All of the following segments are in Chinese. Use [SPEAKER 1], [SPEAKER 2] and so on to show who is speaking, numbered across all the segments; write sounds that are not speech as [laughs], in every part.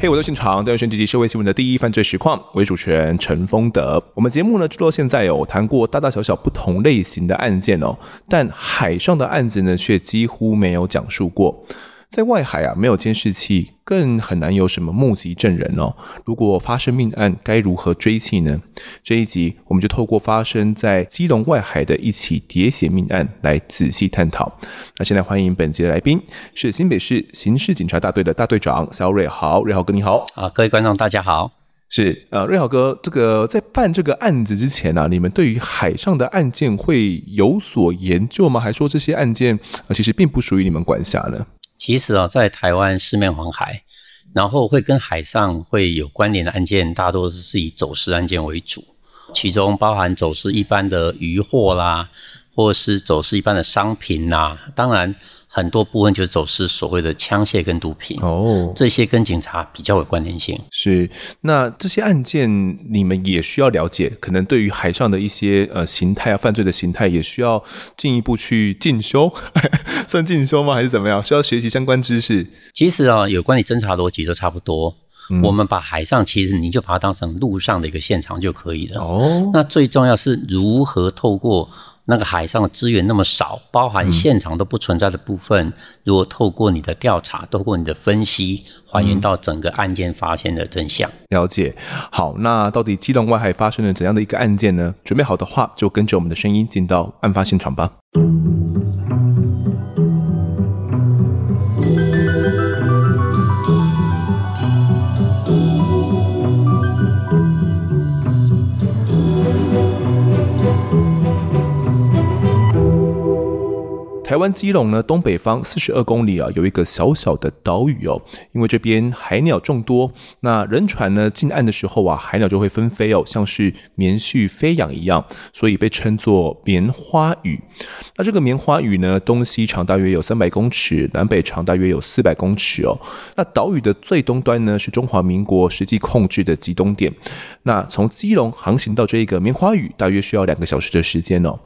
[SPEAKER 1] 嘿，我在现场，带您选这集社会新闻的第一犯罪实况，我是主持人陈丰德。我们节目呢，制作现在有谈过大大小小不同类型的案件哦，但海上的案子呢，却几乎没有讲述过。在外海啊，没有监视器，更很难有什么目击证人哦。如果发生命案，该如何追缉呢？这一集我们就透过发生在基隆外海的一起喋血命案来仔细探讨。那现在欢迎本节的来宾是新北市刑事警察大队的大队长肖瑞豪，瑞豪哥你好。
[SPEAKER 2] 啊，各位观众大家好。
[SPEAKER 1] 是呃，瑞豪哥，这个在办这个案子之前呢、啊，你们对于海上的案件会有所研究吗？还说这些案件呃其实并不属于你们管辖呢？
[SPEAKER 2] 其实啊、哦，在台湾四面环海，然后会跟海上会有关联的案件，大多是以走私案件为主，其中包含走私一般的渔货啦，或是走私一般的商品啦，当然很多部分就是走私所谓的枪械跟毒品
[SPEAKER 1] 哦
[SPEAKER 2] 这些跟警察比较有关联性。
[SPEAKER 1] 是，那这些案件你们也需要了解，可能对于海上的一些呃形态啊、犯罪的形态，也需要进一步去进修， [laughs] 算进修吗？还是怎么样？需要学习相关知识？
[SPEAKER 2] 其实啊、有关于侦查逻辑都差不多。我们把海上其实你就把它当成路上的一个现场就可以了。
[SPEAKER 1] 哦，
[SPEAKER 2] 那最重要是如何透过那个海上的资源那么少，包含现场都不存在的部分，如果透过你的调查，透过你的分析，还原到整个案件发现的真相。
[SPEAKER 1] 了解。好，那到底基隆外海发生了怎样的一个案件呢？准备好的话，就跟着我们的声音进到案发现场吧。台湾基隆呢，东北方四十二公里啊，有一个小小的岛屿哦。因为这边海鸟众多，那人船呢近岸的时候啊，海鸟就会纷飞哦，像是棉絮飞扬一样，所以被称作棉花屿。那这个棉花屿呢，东西长大约有三百公尺，南北长大约有四百公尺哦。那岛屿的最东端呢，是中华民国实际控制的极东点。那从基隆航行到这个棉花屿，大约需要两个小时的时间哦。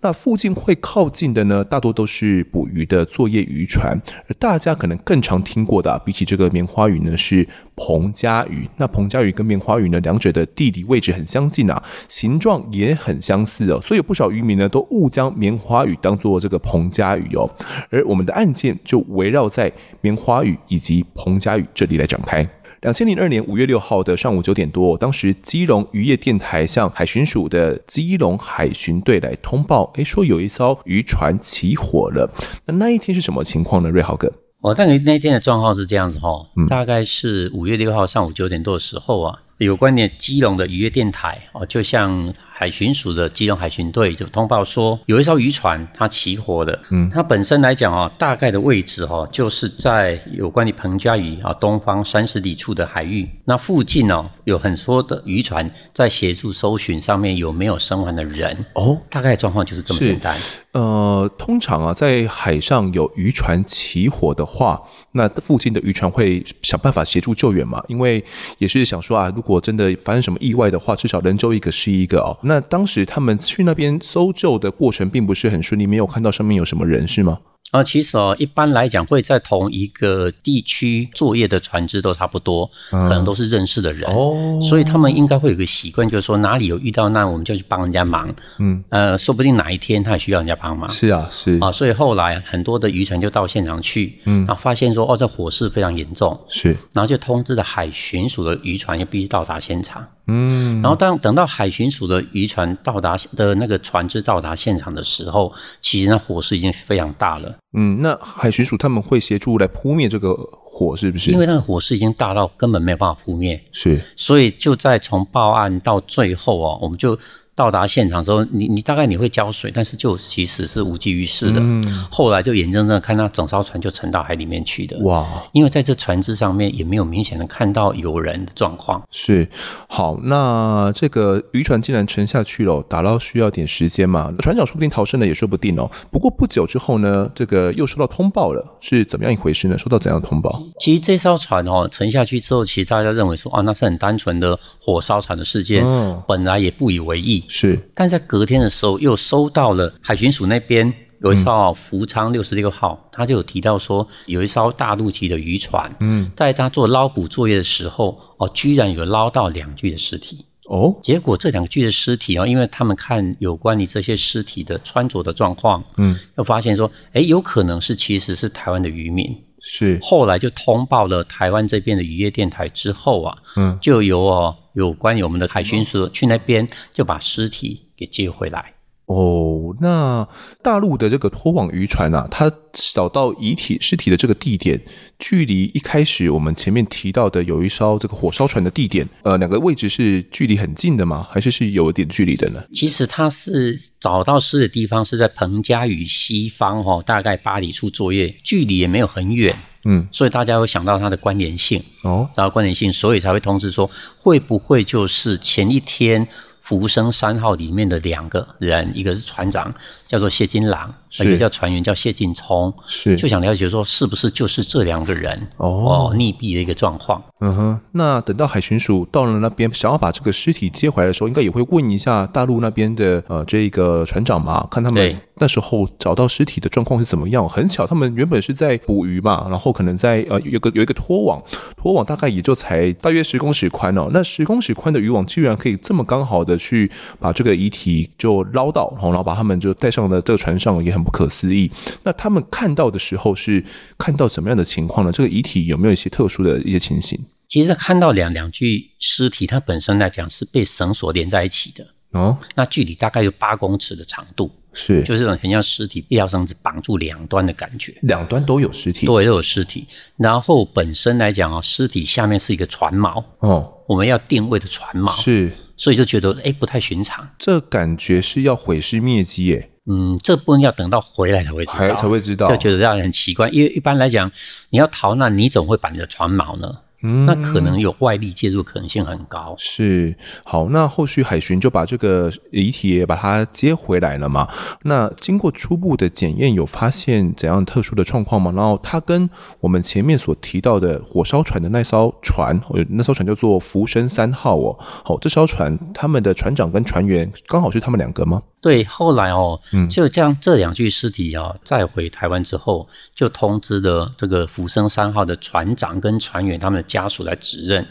[SPEAKER 1] 那附近会靠近的呢，大多都是捕鱼的作业渔船，而大家可能更常听过的、啊，比起这个棉花鱼呢，是彭佳鱼。那彭佳鱼跟棉花鱼呢，两者的地理位置很相近啊，形状也很相似哦，所以有不少渔民呢，都误将棉花鱼当做这个彭佳鱼哦。而我们的案件就围绕在棉花鱼以及彭佳鱼这里来展开。两千零二年五月六号的上午九点多，当时基隆渔业电台向海巡署的基隆海巡队来通报，诶，说有一艘渔船起火了。那那一天是什么情况呢？瑞豪哥，
[SPEAKER 2] 哦，那个那天的状况是这样子哈、哦，大概是五月六号上午九点多的时候啊，有关联基隆的渔业电台哦，就向海巡署的基隆海巡队就通报说，有一艘渔船它起火了。嗯，它本身来讲哦，大概的位置哦，就是在有关于彭佳屿啊东方三十里处的海域，那附近哦有很多的渔船在协助搜寻上面有没有生还的人，
[SPEAKER 1] 哦，
[SPEAKER 2] 大概状况就是这么
[SPEAKER 1] 是
[SPEAKER 2] 简单。
[SPEAKER 1] 呃，通常啊，在海上有渔船起火的话，那附近的渔船会想办法协助救援嘛，因为也是想说啊，如果真的发生什么意外的话，至少能救一个是一个哦。那当时他们去那边搜救的过程并不是很顺利，没有看到上面有什么人是吗？
[SPEAKER 2] 啊，其实哦，一般来讲会在同一个地区作业的船只都差不多，可能都是认识的人，
[SPEAKER 1] 哦
[SPEAKER 2] 所以他们应该会有个习惯，就是说哪里有遇到难，我们就去帮人家忙。嗯，呃，说不定哪一天他也需要人家帮忙。
[SPEAKER 1] 是啊，是
[SPEAKER 2] 啊，所以后来很多的渔船就到现场去，嗯，然后发现说，哦，这火势非常严重，
[SPEAKER 1] 是，
[SPEAKER 2] 然后就通知了海巡署的渔船，就必须到达现场。嗯，然后当等到海巡署的渔船到达的那个船只到达现场的时候，其实那火势已经非常大了，
[SPEAKER 1] 嗯，那海巡署他们会协助来扑灭这个火，是不是？
[SPEAKER 2] 因为那个火势已经大到根本没有办法扑灭，
[SPEAKER 1] 是
[SPEAKER 2] 所以就在从报案到最后哦，我们就到达现场之后，你你大概你会浇水，但是就其实是无济于事的。后来就眼睁睁地看到整艘船就沉到海里面去的。
[SPEAKER 1] 哇，
[SPEAKER 2] 因为在这船只上面也没有明显的看到有人的状况，
[SPEAKER 1] 是好。那这个渔船竟然沉下去了，打捞需要点时间嘛？船长说不定逃生了，也说不定哦。不过不久之后呢，这个又收到通报了，是怎么样一回事呢？收到怎样的通报？
[SPEAKER 2] 其实这艘船哦沉下去之后，其实大家认为说啊，那是很单纯的火烧船的事件，
[SPEAKER 1] 嗯
[SPEAKER 2] 本来也不以为意。
[SPEAKER 1] 是
[SPEAKER 2] 但在隔天的时候，又收到了海巡署那边有一艘福昌六十六号，他就有提到说，有一艘大陆籍的渔船，嗯，在他做捞捕作业的时候，哦，居然有捞到两具的尸体。
[SPEAKER 1] 哦，
[SPEAKER 2] 结果这两具的尸体啊、哦，因为他们看有关于这些尸体的穿着的状况，嗯，就发现说，哎，有可能是其实是台湾的渔民。
[SPEAKER 1] 是
[SPEAKER 2] 后来就通报了台湾这边的渔业电台之后啊，嗯，就由哦有关于我们的海巡署去那边就把尸体给接回来。
[SPEAKER 1] 哦，那大陆的这个拖网渔船啊，它找到遗体尸体的这个地点，距离一开始我们前面提到的有一艘这个火烧船的地点，呃，两个位置是距离很近的吗？还是是有一点距离的呢？
[SPEAKER 2] 其实它是找到尸的地方是在彭佳屿西方哦，大概八里处作业，距离也没有很远。
[SPEAKER 1] 嗯，
[SPEAKER 2] 所以大家会想到它的关联性，
[SPEAKER 1] 哦，
[SPEAKER 2] 找到关联性，所以才会通知说会不会就是前一天福生三号里面的两个人，一个是船长叫做谢金郎，
[SPEAKER 1] 是
[SPEAKER 2] 一个叫船员叫谢进聪，
[SPEAKER 1] 是
[SPEAKER 2] 就想了解说是不是就是这两个人
[SPEAKER 1] 哦
[SPEAKER 2] 溺毙的一个状况。
[SPEAKER 1] 嗯哼，那等到海巡署到了那边，想要把这个尸体接回来的时候，应该也会问一下大陆那边的呃这个船长嘛，看他们
[SPEAKER 2] 对
[SPEAKER 1] 那时候找到尸体的状况是怎么样。很巧，他们原本是在捕鱼嘛，然后可能在呃有个有一个拖网，拖网大概也就才呃大约十公尺宽哦。那十公尺宽的渔网居然可以这么刚好的去把这个遗体就捞到，然后然后把他们就带上了这个船上，也很不可思议。那他们看到的时候是看到怎么样的情况呢？这个遗体有没有一些特殊的一些情形？
[SPEAKER 2] 其实看到两两具尸体，它本身来讲是被绳索连在一起的，
[SPEAKER 1] 哦，
[SPEAKER 2] 那距离大概有八公尺的长度，
[SPEAKER 1] 是，
[SPEAKER 2] 就是很像尸体一条绳子绑住两端的感觉。
[SPEAKER 1] 两端都有尸体。，
[SPEAKER 2] 对，都有尸体。然后本身来讲啊、哦，尸体下面是一个船锚，
[SPEAKER 1] 哦，
[SPEAKER 2] 我们要定位的船锚，
[SPEAKER 1] 是，
[SPEAKER 2] 所以就觉得哎不太寻常。
[SPEAKER 1] 这感觉是要毁尸灭迹耶，
[SPEAKER 2] 嗯，这部分要等到回来才会知
[SPEAKER 1] 才
[SPEAKER 2] 道，
[SPEAKER 1] 才会知道
[SPEAKER 2] 就。觉得让人很奇怪。因为一般来讲，你要逃难，你总会把你的船锚呢？
[SPEAKER 1] 嗯
[SPEAKER 2] 那可能有外力介入，可能性很高。
[SPEAKER 1] 是，好，那后续海巡就把这个遗体也把它接回来了嘛？那经过初步的检验，有发现怎样特殊的状况吗？然后它跟我们前面所提到的火烧船的那艘船，呃那艘船叫做福生三号哦。好、这艘船他们的船长跟船员刚好是他们两个吗？
[SPEAKER 2] 对，后来哦，就将这两具尸体啊、载回台湾之后，就通知了这个福生三号的船长跟船员他们的家属来指认。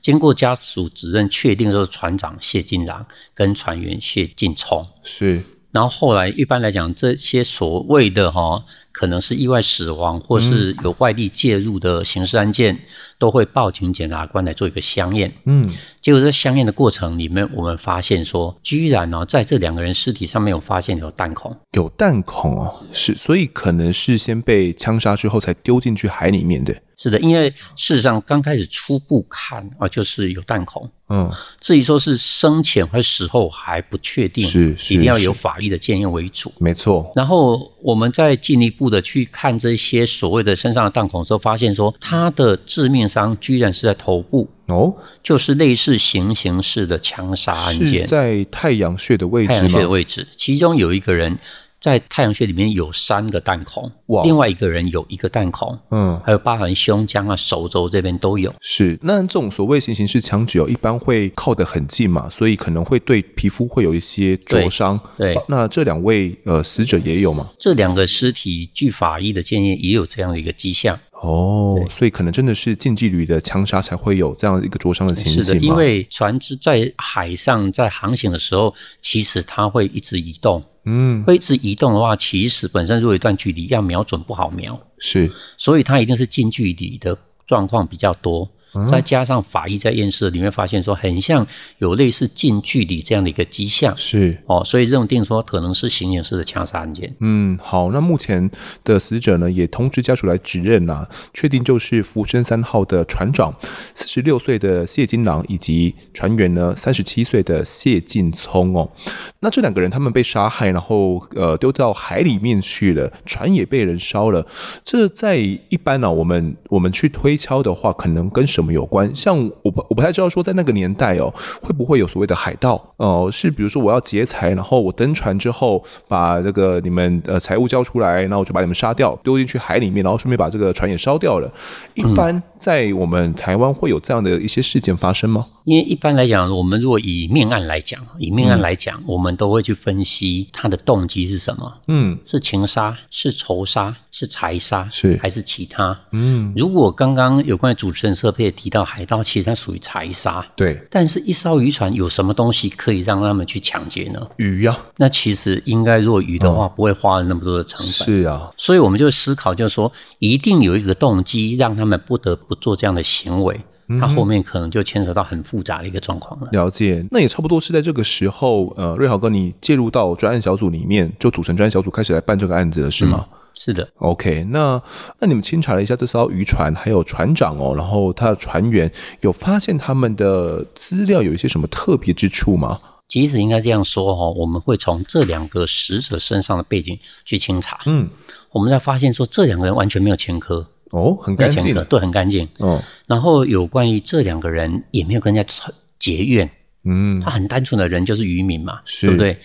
[SPEAKER 2] 经过家属指认，确定就是船长谢金郎跟船员谢进聪。
[SPEAKER 1] 是，
[SPEAKER 2] 然后后来，一般来讲，这些所谓的哈、可能是意外死亡或
[SPEAKER 1] 嗯
[SPEAKER 2] 是有外力介入的刑事案件，都会报请检察官来做一个相验。
[SPEAKER 1] 嗯，
[SPEAKER 2] 结果在相验的过程里面，我们发现说，居然呢、在这两个人尸体上面有发现有弹孔。
[SPEAKER 1] 有弹孔哦，是，所以可能是先被枪杀之后才丢进去海里面的。
[SPEAKER 2] 是的，因为事实上刚开始初步看啊，就是有弹孔。
[SPEAKER 1] 嗯，
[SPEAKER 2] 至于说是生前还是死后还不确定，
[SPEAKER 1] 是是
[SPEAKER 2] 一定要
[SPEAKER 1] 是
[SPEAKER 2] 有法医的检验为主。
[SPEAKER 1] 没错，
[SPEAKER 2] 然后我们再进一步的去看这些所谓的身上的弹孔之后，发现说他的致命伤居然是在头部，
[SPEAKER 1] 哦，
[SPEAKER 2] 就是类似行刑式的枪杀案
[SPEAKER 1] 是
[SPEAKER 2] 件，
[SPEAKER 1] 在太阳穴的位置
[SPEAKER 2] 太阳穴的
[SPEAKER 1] 吗？
[SPEAKER 2] 位置，其中有一个人在太阳穴里面有三个弹孔
[SPEAKER 1] 哇，
[SPEAKER 2] 另外一个人有一个弹孔，
[SPEAKER 1] 嗯，
[SPEAKER 2] 还有包含胸腔啊、手肘这边都有。
[SPEAKER 1] 是。那这种所谓行刑式枪击哦，一般会靠得很近嘛，所以可能会对皮肤会有一些灼伤。
[SPEAKER 2] 对对
[SPEAKER 1] 啊那这两位呃死者也有吗？
[SPEAKER 2] 这两个尸体，据法医的建议，也有这样的一个迹象。
[SPEAKER 1] 哦，所以可能真的是近距离的枪杀才会有这样一个灼伤的情形
[SPEAKER 2] 是
[SPEAKER 1] 吗？
[SPEAKER 2] 的，因为船只在海上在航行的时候，其实它会一直移动。
[SPEAKER 1] 嗯，
[SPEAKER 2] 会一直移动的话，其实本身如果有一段距离要瞄准不好瞄，
[SPEAKER 1] 是
[SPEAKER 2] 所以它一定是近距离的状况比较多。
[SPEAKER 1] 嗯
[SPEAKER 2] 再加上法医在验尸里面发现说，很像有类似近距离这样的一个迹象
[SPEAKER 1] 是。
[SPEAKER 2] 哦，所以认定说可能是行刑式的枪杀案件。
[SPEAKER 1] 嗯，好，那目前的死者呢，也通知家属来指认啦、确定就是福生三号的船长，四十六岁的谢金郎，以及船员呢三十七岁的谢进聪哦。那这两个人他们被杀害，然后呃丢到海里面去了，船也被人烧了。这在一般呢、我们我们去推敲的话，可能跟什么？什么有关？像我不我不太知道说在那个年代哦，会不会有所谓的海盗？哦、呃，是比如说我要劫财，然后我登船之后把这个你们呃财物交出来，然后我就把你们杀掉，丢进去海里面，然后顺便把这个船也烧掉了。一般在我们台湾会有这样的一些事件发生吗？
[SPEAKER 2] 因为一般来讲，我们如果以命案来讲，以命
[SPEAKER 1] 嗯
[SPEAKER 2] 案来讲，我们都会去分析他的动机是什么，
[SPEAKER 1] 嗯，
[SPEAKER 2] 是情杀、是仇杀、是财杀，
[SPEAKER 1] 是
[SPEAKER 2] 还是其他？
[SPEAKER 1] 嗯，
[SPEAKER 2] 如果刚刚有关于主持人设备提到海盗，其实它属于财杀，
[SPEAKER 1] 对，
[SPEAKER 2] 但是一艘渔船有什么东西可以让他们去抢劫呢？
[SPEAKER 1] 鱼呀、
[SPEAKER 2] 那其实应该，如果鱼的话，
[SPEAKER 1] 嗯
[SPEAKER 2] 不会花了那么多的成本。
[SPEAKER 1] 是啊，
[SPEAKER 2] 所以我们就思考，就是说，一定有一个动机让他们不得不做这样的行为，
[SPEAKER 1] 嗯
[SPEAKER 2] 它后面可能就牵扯到很复杂的一个状况了。
[SPEAKER 1] 了解，那也差不多是在这个时候，呃，瑞豪哥，你介入到专案小组里面，就组成专案小组开始来办这个案子了，是吗、
[SPEAKER 2] 是的，
[SPEAKER 1] o k 那那你们清查了一下这艘渔船，还有船长哦，然后他的船员，有发现他们的资料有一些什么特别之处吗？
[SPEAKER 2] 其实应该这样说哈、哦，我们会从这两个死者身上的背景去清查。
[SPEAKER 1] 嗯，
[SPEAKER 2] 我们才发现说，这两个人完全没有前科，
[SPEAKER 1] 哦，很
[SPEAKER 2] 没
[SPEAKER 1] 干
[SPEAKER 2] 有前
[SPEAKER 1] 净
[SPEAKER 2] 科，，对，很干净。
[SPEAKER 1] 哦，
[SPEAKER 2] 然后有关于这两个人也没有跟人家结怨，
[SPEAKER 1] 嗯
[SPEAKER 2] 他很单纯的人就是渔民嘛，
[SPEAKER 1] 是
[SPEAKER 2] 对不对？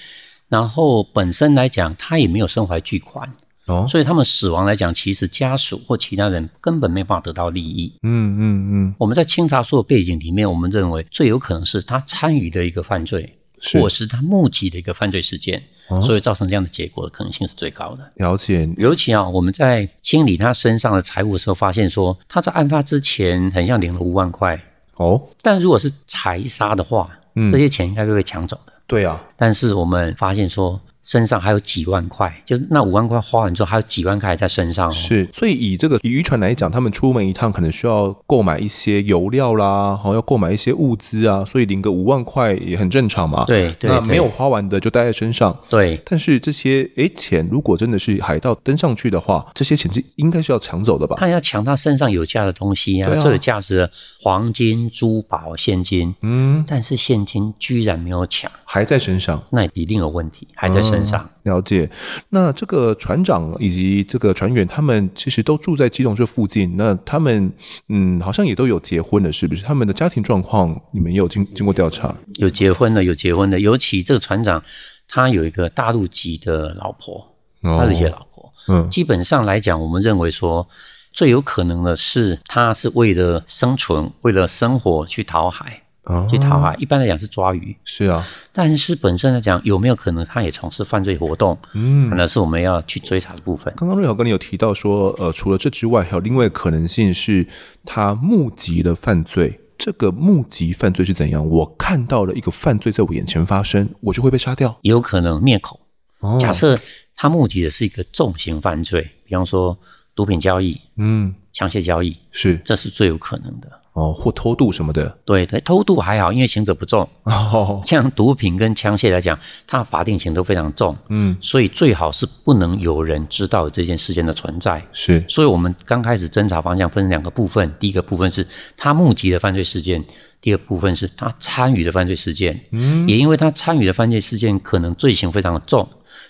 [SPEAKER 2] 然后本身来讲，他也没有身怀巨款，
[SPEAKER 1] 哦
[SPEAKER 2] 所以他们死亡来讲，其实家属或其他人根本没办法得到利益。
[SPEAKER 1] 嗯嗯嗯，
[SPEAKER 2] 我们在清查所有背景里面，我们认为最有可能是他参与的一个犯罪，
[SPEAKER 1] 是哦
[SPEAKER 2] 或者是他目击的一个犯罪事件，所以造成这样的结果的可能性是最高的。
[SPEAKER 1] 了解，
[SPEAKER 2] 尤其啊，我们在清理他身上的财物的时候，发现说他在案发之前很像领了五万块，
[SPEAKER 1] 哦，
[SPEAKER 2] 但如果是财杀的话，
[SPEAKER 1] 嗯
[SPEAKER 2] 这些钱应该会被抢走的。
[SPEAKER 1] 对啊，
[SPEAKER 2] 但是我们发现说身上还有几万块，就是那五万块花完之后，还有几万块还在身上哦。
[SPEAKER 1] 是，所以以这个以渔船来讲，他们出门一趟可能需要购买一些油料啦，好要购买一些物资啊，所以领个五万块也很正常嘛。
[SPEAKER 2] 对对
[SPEAKER 1] 那
[SPEAKER 2] 对
[SPEAKER 1] 没有花完的就带在身上。
[SPEAKER 2] 对，
[SPEAKER 1] 但是这些诶钱，如果真的是海盗登上去的话，这些钱是应该是要抢走的吧？
[SPEAKER 2] 他要抢他身上有价的东西啊，
[SPEAKER 1] 对啊
[SPEAKER 2] 最有价值的黄金、珠宝、现金，
[SPEAKER 1] 嗯，
[SPEAKER 2] 但是现金居然没有抢，
[SPEAKER 1] 还在身上。
[SPEAKER 2] 那一定有问题，还在身上。
[SPEAKER 1] 了解，那这个船长以及这个船员，他们其实都住在基隆这附近。那他们，嗯，好像也都有结婚了，是不是？他们的家庭状况，你们也有经经过调查？
[SPEAKER 2] 有结婚的，有结婚的，尤其这个船长他有一个大陆籍的老婆，
[SPEAKER 1] 哦
[SPEAKER 2] 大陆籍的老婆，
[SPEAKER 1] 嗯
[SPEAKER 2] 基本上来讲，我们认为说最有可能的是，他是为了生存、为了生活去讨海，
[SPEAKER 1] 啊，
[SPEAKER 2] 去讨海。一般来讲是抓鱼，
[SPEAKER 1] 是啊，
[SPEAKER 2] 但是本身来讲，有没有可能他也从事犯罪活动？嗯，那是我们要去追查的部分。
[SPEAKER 1] 刚刚瑞豪哥你有提到说，呃，除了这之外，还有另外一个可能性是他目击了犯罪。这个目击犯罪是怎样？我看到了一个犯罪在我眼前发生，我就会被杀掉。
[SPEAKER 2] 也有可能灭口。
[SPEAKER 1] 哦
[SPEAKER 2] 假设他目击的是一个重型犯罪，比方说毒品交易、
[SPEAKER 1] 嗯，
[SPEAKER 2] 枪械交易，
[SPEAKER 1] 是
[SPEAKER 2] 这是最有可能的。
[SPEAKER 1] 哦，或偷渡什么的。
[SPEAKER 2] 对对，偷渡还好，因为刑责不重。
[SPEAKER 1] 哦，
[SPEAKER 2] [laughs] 像毒品跟枪械来讲，它法定刑都非常重，
[SPEAKER 1] 嗯，
[SPEAKER 2] 所以最好是不能有人知道这件事件的存在。
[SPEAKER 1] 是
[SPEAKER 2] 所以我们刚开始侦查方向分两个部分，第一个部分是他目击的犯罪事件，第二部分是他参与的犯罪事件。嗯，也因为他参与的犯罪事件可能罪行非常的重，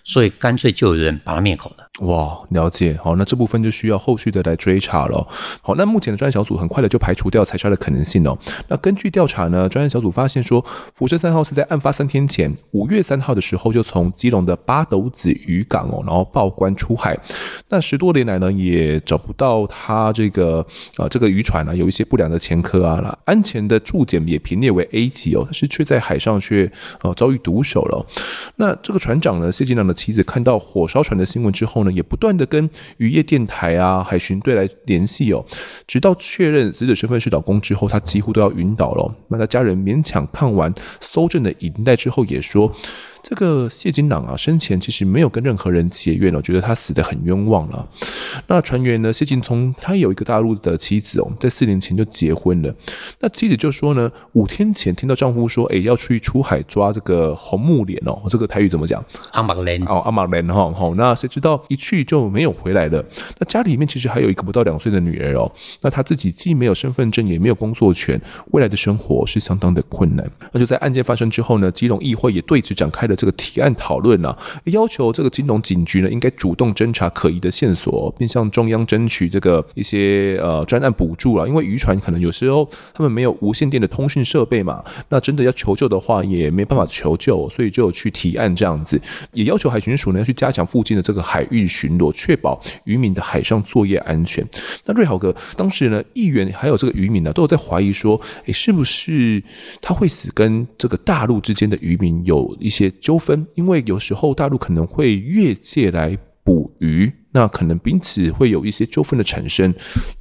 [SPEAKER 2] 所以干脆就有人把他灭口了。
[SPEAKER 1] 哇，了解。好，那这部分就需要后续的来追查了。好，那目前的专案小组很快的就排除掉财杀的可能性哦。那根据调查呢，专案小组发现说，福生三号是在案发三天前，五月三号的时候就从基隆的八斗子渔港哦，然后报关出海。那十多年来呢，也找不到他这个呃这个渔船呢、有一些不良的前科啊，那安全的注检也评列为 A 级哦，但是却在海上却呃遭遇毒手了哦、那这个船长呢，谢金良的妻子看到火烧船的新闻之后呢，也不断的跟渔业电台啊、海巡队来联系哦，直到确认死者身份是老公之后，他几乎都要晕倒了哦、那他家人勉强看完搜证的影带之后，也说这个谢金朗啊，生前其实没有跟任何人结怨哦，觉得他死得很冤枉了。那船员呢，谢金聪他有一个大陆的妻子哦，在四年前就结婚了。那妻子就说呢，五天前听到丈夫说，哎诶，要去出海抓这个红木莲哦，这个台语怎么讲？
[SPEAKER 2] 安巴格雷
[SPEAKER 1] 哦，阿玛莲哈，好、那谁知道一去就没有回来了？那家里面其实还有一个不到两岁的女儿哦，那她自己既没有身份证，也没有工作权，未来的生活是相当的困难。那就在案件发生之后呢，基隆议会也对此展开了这个提案讨论啊，要求这个金融警局呢应该主动侦查可疑的线索，哦并向中央争取这个一些呃专案补助啊。因为渔船可能有时候他们没有无线电的通讯设备嘛，那真的要求救的话也没办法求救，所以就有去提案这样子，也要求海巡署呢要去加强附近的这个海域巡逻，确保渔民的海上作业安全。那瑞豪哥当时呢，议员还有这个渔民呢，都有在怀疑说，诶，是不是他会死跟这个大陆之间的渔民有一些纠纷？因为有时候大陆可能会越界来捕鱼，那可能彼此会有一些纠纷的产生，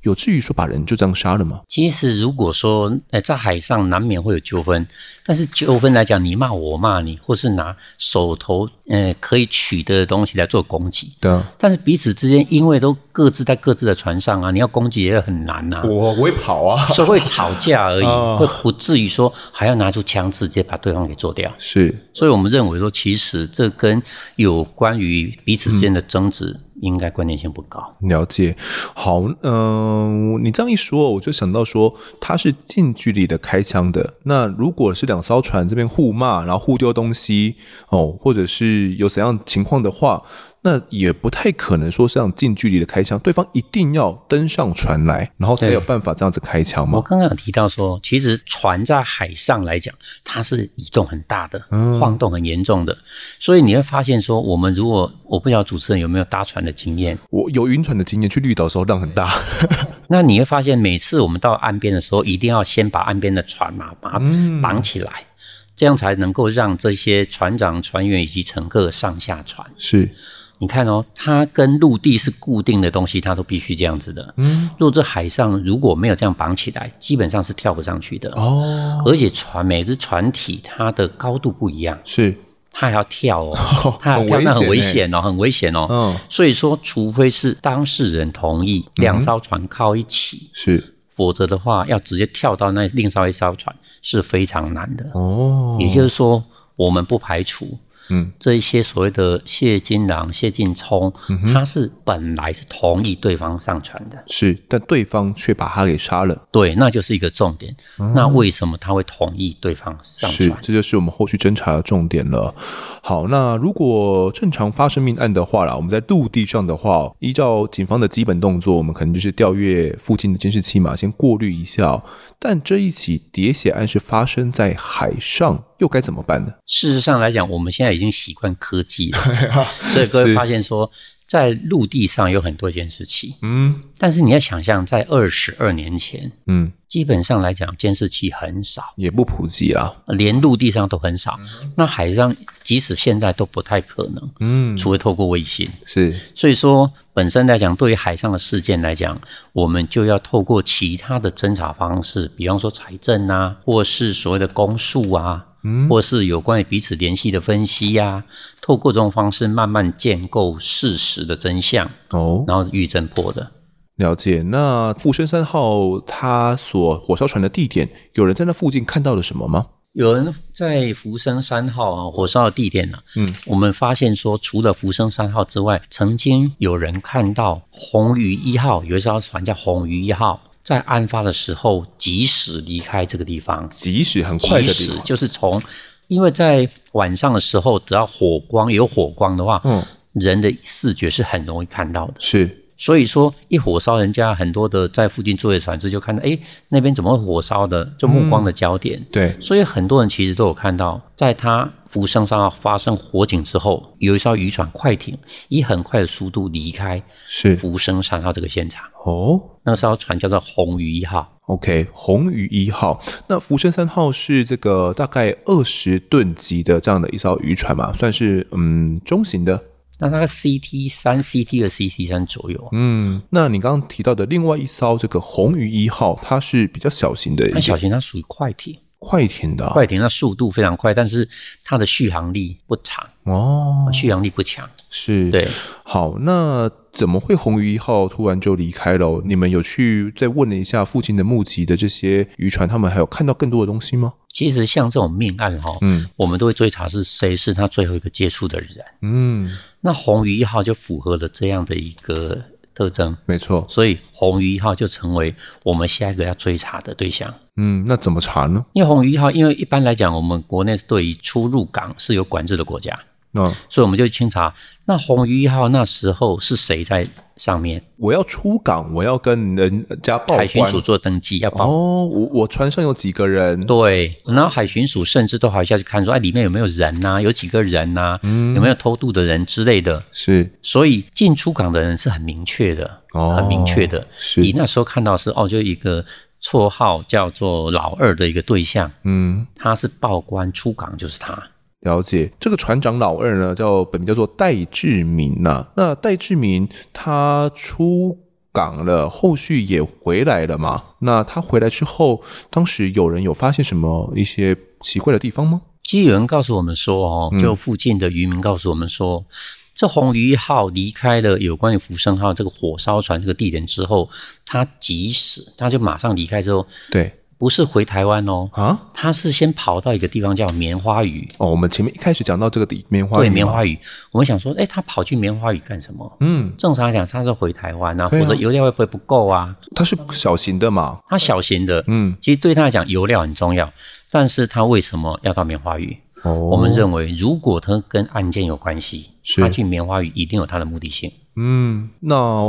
[SPEAKER 1] 有至于说把人就这样杀了吗？
[SPEAKER 2] 其实如果说，呃，在海上难免会有纠纷，但是纠纷来讲，你骂我，我骂你，或是拿手头呃可以取得的东西来做攻击，
[SPEAKER 1] 对啊，
[SPEAKER 2] 但是彼此之间因为都各自在各自的船上啊，你要攻击也很难呐、
[SPEAKER 1] 我我会跑啊，
[SPEAKER 2] 所以会吵架而已，
[SPEAKER 1] 哦
[SPEAKER 2] 会不至于说还要拿出枪直接把对方给做掉。
[SPEAKER 1] 是
[SPEAKER 2] 所以我们认为说，其实这跟有关于彼此之间的争执，应该关联性不高。
[SPEAKER 1] 了解，好，嗯、你这样一说，我就想到说他是近距离的开枪的。那如果是两艘船这边互骂，然后互丢东西，哦，或者是有怎样情况的话，那也不太可能说是这样近距离的开枪，对方一定要登上船来，然后才
[SPEAKER 2] 对
[SPEAKER 1] 有办法这样子开枪
[SPEAKER 2] 我
[SPEAKER 1] 嘛。
[SPEAKER 2] 哦刚刚有提到说，其实船在海上来讲，它是移动很大的，晃动很严重的，所以你会发现说，我们如果我不晓得主持人有没有搭船的经验，
[SPEAKER 1] 我有晕船的经验，去绿岛的时候浪很大，
[SPEAKER 2] 那你会发现每次我们到岸边的时候，一定要先把岸边的船嘛，把它绑起来，这样才能够让这些船长、船员以及乘客上下船。
[SPEAKER 1] [laughs] 是
[SPEAKER 2] 你看哦，它跟陆地是固定的东西，它都必须这样子的。嗯，若这海上如果没有这样绑起来，基本上是跳不上去的。
[SPEAKER 1] 哦，
[SPEAKER 2] 而且船每只船体它的高度不一样，
[SPEAKER 1] 是
[SPEAKER 2] 它还要跳哦，它还要跳，
[SPEAKER 1] 很危险
[SPEAKER 2] 那很危
[SPEAKER 1] 欸
[SPEAKER 2] 险哦，很危险哦。
[SPEAKER 1] 嗯
[SPEAKER 2] 所以说，除非是当事人同意，两艘船靠一起，
[SPEAKER 1] 是
[SPEAKER 2] 否则的话，要直接跳到那另外一艘船是非常难的。
[SPEAKER 1] 哦，
[SPEAKER 2] 也就是说，我们不排除，
[SPEAKER 1] 嗯，
[SPEAKER 2] 这一些所谓的谢金郎、谢晋聪，
[SPEAKER 1] 嗯
[SPEAKER 2] 他是本来是同意对方上船的，
[SPEAKER 1] 是，但对方却把他给杀了。
[SPEAKER 2] 对，那就是一个重点。那为什么他会同意对方上
[SPEAKER 1] 哦是
[SPEAKER 2] 船，？
[SPEAKER 1] 这就是我们后续侦查的重点了。好，那如果正常发生命案的话啦，我们在陆地上的话，依照警方的基本动作，我们可能就是调阅附近的监视器嘛，先过滤一下哦、但这一起喋血案是发生在海上，又该怎么办呢？
[SPEAKER 2] 事实上来讲，我们现在已经习惯科技
[SPEAKER 1] [laughs]
[SPEAKER 2] 了，所以各
[SPEAKER 1] 啊是
[SPEAKER 2] 位发现说，在陆地上有很多监视器，
[SPEAKER 1] 嗯
[SPEAKER 2] 但是你要想象，在二十二年前，
[SPEAKER 1] 嗯，
[SPEAKER 2] 基本上来讲，监视器很少。
[SPEAKER 1] 也不普及啊啦。
[SPEAKER 2] 连陆地上都很少，那海上即使现在都不太可能，
[SPEAKER 1] 嗯，
[SPEAKER 2] 除非透过卫星。
[SPEAKER 1] 是
[SPEAKER 2] 所以说，本身来讲，对于海上的事件来讲，我们就要透过其他的侦查方式，比方说财政啊，或是所谓的公诉啊，或是有关于彼此联系的分析呀、啊，透过这种方式慢慢建构事实的真相，
[SPEAKER 1] 哦，
[SPEAKER 2] 然后是预侦破的。
[SPEAKER 1] 了解。那富生三号他所火烧船的地点，有人在那附近看到了什么吗？
[SPEAKER 2] 有人在福生三号啊，火烧的地点呢、嗯，我们发现说，除了福生三号之外，曾经有人看到红鱼一号，有一艘船叫红鱼一号，在案发的时候及时离开这个地方，
[SPEAKER 1] 即使很快
[SPEAKER 2] 及
[SPEAKER 1] 的地
[SPEAKER 2] 时
[SPEAKER 1] 方，
[SPEAKER 2] 就是从，因为在晚上的时候，只要火光有火光的话，
[SPEAKER 1] 嗯，
[SPEAKER 2] 人的视觉是很容易看到的。
[SPEAKER 1] 是
[SPEAKER 2] 所以说，一火烧，人家很多的在附近作业船只就看到，哎，那边怎么会火烧的？就目光的焦点。
[SPEAKER 1] 对
[SPEAKER 2] 所以很多人其实都有看到，在他浮生上号发生火警之后，有一艘渔船快艇以很快的速度离开
[SPEAKER 1] 是
[SPEAKER 2] 浮生三号这个现场。
[SPEAKER 1] 哦。
[SPEAKER 2] 那艘船叫做红鱼一号，
[SPEAKER 1] OK，红鱼一号，那福生三号是这个大概二十吨级的这样的一艘渔船嘛，算是嗯中型的。
[SPEAKER 2] 那大概 CT 三、CT 二、CT 三左右，
[SPEAKER 1] 嗯，那你刚刚提到的另外一艘这个红鱼一号，它是比较小型的，
[SPEAKER 2] 那小型它属于快艇，
[SPEAKER 1] 快艇的啊、
[SPEAKER 2] 快艇那速度非常快，但是它的续航力不长，
[SPEAKER 1] 哦，
[SPEAKER 2] 续航力不强。
[SPEAKER 1] 是，
[SPEAKER 2] 对。
[SPEAKER 1] 好，那怎么会红鱼一号突然就离开了哦？你们有去再问了一下附近的目击的这些渔船，他们还有看到更多的东西吗？
[SPEAKER 2] 其实像这种命案哈、
[SPEAKER 1] 嗯
[SPEAKER 2] 我们都会追查是谁是他最后一个接触的人。
[SPEAKER 1] 嗯，
[SPEAKER 2] 那红鱼一号就符合了这样的一个特征，
[SPEAKER 1] 没错。
[SPEAKER 2] 所以红鱼一号就成为我们下一个要追查的对象。
[SPEAKER 1] 嗯，那怎么查呢？
[SPEAKER 2] 因为红鱼一号，因为一般来讲，我们国内对于出入港是有管制的国家，
[SPEAKER 1] 那、
[SPEAKER 2] 所以我们就清查那红鱼一号那时候是谁在上面，
[SPEAKER 1] 我要出港，我要跟人家报
[SPEAKER 2] 海巡
[SPEAKER 1] 关
[SPEAKER 2] 署。做登记要报。
[SPEAKER 1] 哦，我我船上有几个人？
[SPEAKER 2] 对，然后海巡署甚至都还下去看说，哎，里面有没有人呐、有几个人呐、
[SPEAKER 1] 嗯
[SPEAKER 2] 有没有偷渡的人之类的。
[SPEAKER 1] 是
[SPEAKER 2] 所以进出港的人是很明确的，
[SPEAKER 1] 哦
[SPEAKER 2] 很明确的。
[SPEAKER 1] 是
[SPEAKER 2] 你那时候看到的是哦，就一个绰号叫做老二的一个对象，
[SPEAKER 1] 嗯，
[SPEAKER 2] 他是报关出港就是他。
[SPEAKER 1] 了解。这个船长老二呢，叫本名叫做戴志明呐、那戴志明他出港了，后续也回来了嘛？那他回来之后，当时有人有发现什么一些奇怪的地方吗？
[SPEAKER 2] 其实有人告诉我们说，哦，
[SPEAKER 1] 嗯
[SPEAKER 2] 就附近的渔民告诉我们说，这红鱼号离开了有关于福生号这个火烧船这个地点之后，他即使他就马上离开之后，
[SPEAKER 1] 对
[SPEAKER 2] 不是回台湾哦，
[SPEAKER 1] 啊，
[SPEAKER 2] 他是先跑到一个地方叫棉花屿，
[SPEAKER 1] 哦，我们前面一开始讲到这个底哦棉花
[SPEAKER 2] 对，
[SPEAKER 1] 鱼嘛
[SPEAKER 2] 棉花屿。我们想说，哎，他跑去棉花屿干什么？
[SPEAKER 1] 嗯，
[SPEAKER 2] 正常来讲，他是回台湾啊，
[SPEAKER 1] 对啊
[SPEAKER 2] 或者油料会不会不够啊？
[SPEAKER 1] 它是小型的嘛？
[SPEAKER 2] 他小型的，
[SPEAKER 1] 嗯，
[SPEAKER 2] 其实对他来讲油料很重要，但是他为什么要到棉花屿？
[SPEAKER 1] 哦，
[SPEAKER 2] 我们认为，如果他跟案件有关系，
[SPEAKER 1] 是
[SPEAKER 2] 他去棉花屿一定有他的目的性。
[SPEAKER 1] 嗯，那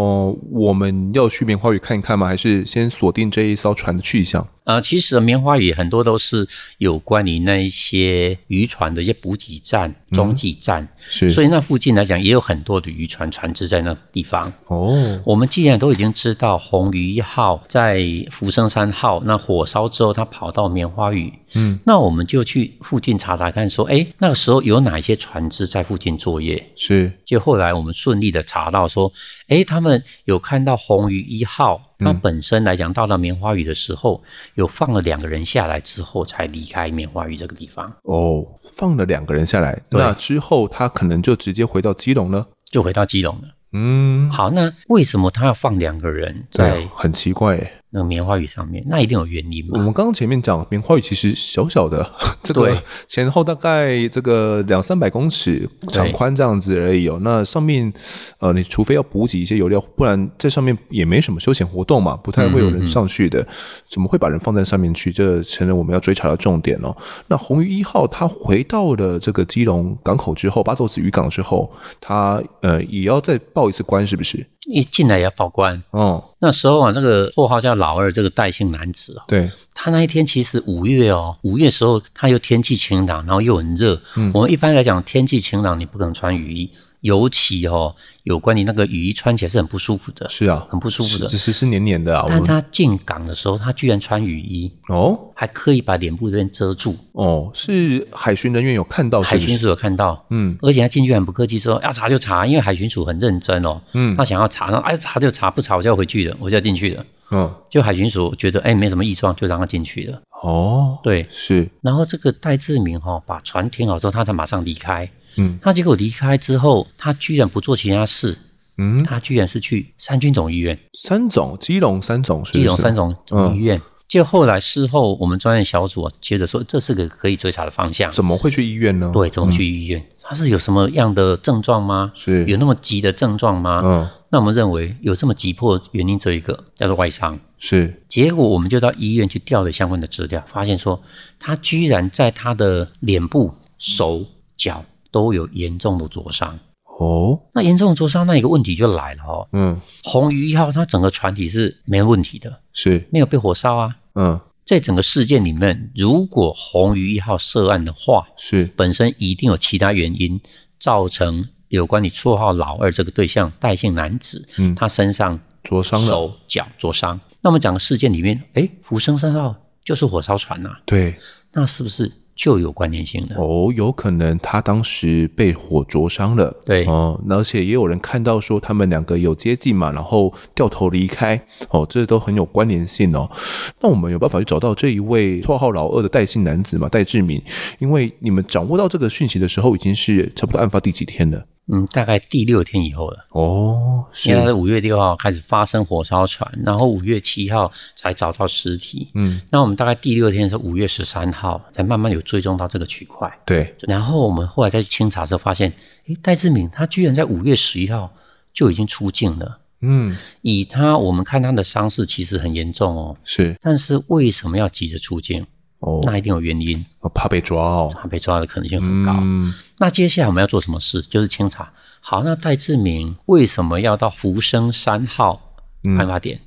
[SPEAKER 1] 我们要去棉花屿看一看吗？还是先锁定这一艘船的去向？
[SPEAKER 2] 呃，其实棉花屿很多都是有关于那一些渔船的一些补给站、中继站，
[SPEAKER 1] 嗯是
[SPEAKER 2] 所以那附近来讲也有很多的渔船船只在那地方。
[SPEAKER 1] 哦，
[SPEAKER 2] 我们既然都已经知道红鱼一号在福生山号那火烧之后，他跑到棉花屿，嗯，那我们就去附近查查看，说，哎，那个时候有哪一些船只在附近作业？
[SPEAKER 1] 是
[SPEAKER 2] 就后来我们顺利的查到说，哎，他们有看到红鱼一号，它
[SPEAKER 1] 嗯
[SPEAKER 2] 本身来讲到了棉花屿的时候，有放了两个人下来之后才离开棉花屿这个地方，
[SPEAKER 1] 哦，放了两个人下来，
[SPEAKER 2] 对
[SPEAKER 1] 那之后他可能就直接回到基隆了。
[SPEAKER 2] 就回到基隆了。
[SPEAKER 1] 嗯，
[SPEAKER 2] 好，那为什么他要放两个人
[SPEAKER 1] 对
[SPEAKER 2] 在
[SPEAKER 1] 啊，很奇怪耶。
[SPEAKER 2] 那个棉花屿上面？那一定有原因
[SPEAKER 1] 我
[SPEAKER 2] 嘛？
[SPEAKER 1] 们刚刚前面讲棉花屿其实小小的， [laughs] 这个
[SPEAKER 2] 对
[SPEAKER 1] 前后大概这个两三百公尺长宽这样子而已哦。那上面呃，你除非要补给一些油料，不然在上面也没什么休闲活动嘛，不太会
[SPEAKER 2] 嗯
[SPEAKER 1] 有人上去的。怎么会把人放在上面去？这成了我们要追查的重点哦。那红鱼一号它回到了这个基隆港口之后，八斗子渔港之后，它呃也要再报一次关，是不是？
[SPEAKER 2] 一进来也要报关。
[SPEAKER 1] 哦，
[SPEAKER 2] 那时候啊，这个绰号叫老二，这个戴姓男子哦，
[SPEAKER 1] 对，
[SPEAKER 2] 他那一天其实五月哦，五月时候他又天气晴朗，然后又很热。
[SPEAKER 1] 嗯
[SPEAKER 2] 我们一般来讲，天气晴朗你不可能穿雨衣，尤其哦，有关于那个雨衣穿起来是很不舒服的。
[SPEAKER 1] 是啊，
[SPEAKER 2] 很不舒服的
[SPEAKER 1] 是是是黏黏的啊。我
[SPEAKER 2] 但
[SPEAKER 1] 们
[SPEAKER 2] 他进港的时候，他居然穿雨衣，
[SPEAKER 1] 哦。
[SPEAKER 2] 还刻意把脸部这边遮住。
[SPEAKER 1] 哦，是海巡人员有看到是
[SPEAKER 2] 海
[SPEAKER 1] 不是，
[SPEAKER 2] 巡署有看到，
[SPEAKER 1] 嗯，
[SPEAKER 2] 而且他进去很不客气说要查就查，因为海巡署很认真哦，嗯，他想要查，然后哎查就查，不查我就要回去了，我就要进去了。
[SPEAKER 1] 嗯，
[SPEAKER 2] 就海巡署觉得哎没什么异状，就让他进去了。
[SPEAKER 1] 哦，
[SPEAKER 2] 对，
[SPEAKER 1] 是，
[SPEAKER 2] 然后这个戴志明哈、哦，把船停好之后，他才马上离开。
[SPEAKER 1] 嗯，
[SPEAKER 2] 他结果离开之后，他居然不做其他事，
[SPEAKER 1] 嗯，
[SPEAKER 2] 他居然是去三军总医院，
[SPEAKER 1] 三种，基隆三种是不是嗯
[SPEAKER 2] 基隆三，总总医院。就后来事后，我们专业小组啊，接着说，这是个可以追查的方向。
[SPEAKER 1] 怎么嗯会去医院呢？，
[SPEAKER 2] 对，怎么去医院？他是有什么样的症状吗？
[SPEAKER 1] 是
[SPEAKER 2] 有那么急的症状吗？
[SPEAKER 1] 嗯，
[SPEAKER 2] 那我们认为有这么急迫，原因只有一个，叫做外伤。
[SPEAKER 1] 是，
[SPEAKER 2] 结果我们就到医院去调了相关的资料，发现说他居然在他的脸部、手脚都有严重的灼伤。
[SPEAKER 1] 哦，
[SPEAKER 2] 那严重的灼伤，那一个问题就来了哦。
[SPEAKER 1] 嗯，
[SPEAKER 2] 红鱼一号它整个船体是没问题的，
[SPEAKER 1] 是，
[SPEAKER 2] 没有被火烧啊。
[SPEAKER 1] 嗯，
[SPEAKER 2] 在整个事件里面，如果红鱼一号涉案的话，
[SPEAKER 1] 是，
[SPEAKER 2] 本身一定有其他原因造成有关你绰号老二这个对象戴姓男子，嗯，他身上
[SPEAKER 1] 灼伤了，
[SPEAKER 2] 手脚灼伤。那么讲个事件里面，哎，福生三号就是火烧船呐、
[SPEAKER 1] 对，
[SPEAKER 2] 那是不是就有关联性的？
[SPEAKER 1] 哦，有可能他当时被火灼伤了，
[SPEAKER 2] 对
[SPEAKER 1] 哦，那而且也有人看到说他们两个有接近嘛，然后掉头离开，哦，这都很有关联性哦。那我们有办法去找到这一位绰号老二的戴姓男子嘛，戴志明，因为你们掌握到这个讯息的时候，已经是差不多案发第几天了？
[SPEAKER 2] 嗯，大概第六天以后了，
[SPEAKER 1] 哦，
[SPEAKER 2] 因为他
[SPEAKER 1] 是，
[SPEAKER 2] 在五月六号开始发生火烧船，然后五月七号才找到尸体。
[SPEAKER 1] 嗯，
[SPEAKER 2] 那我们大概第六天是五月十三号才慢慢有追踪到这个区块。
[SPEAKER 1] 对，
[SPEAKER 2] 然后我们后来再去清查时候发现，诶，戴志敏他居然在五月十一号就已经出境了，
[SPEAKER 1] 嗯，
[SPEAKER 2] 以他我们看他的伤势其实很严重哦，
[SPEAKER 1] 是
[SPEAKER 2] 但是为什么要急着出境？
[SPEAKER 1] 哦，
[SPEAKER 2] 那一定有原因，
[SPEAKER 1] 我怕被抓哦。
[SPEAKER 2] 他被抓的可能性很高。
[SPEAKER 1] 嗯，
[SPEAKER 2] 那接下来我们要做什么事？就是清查。好，那戴志明为什么要到福生三号
[SPEAKER 1] 嗯
[SPEAKER 2] 案发点？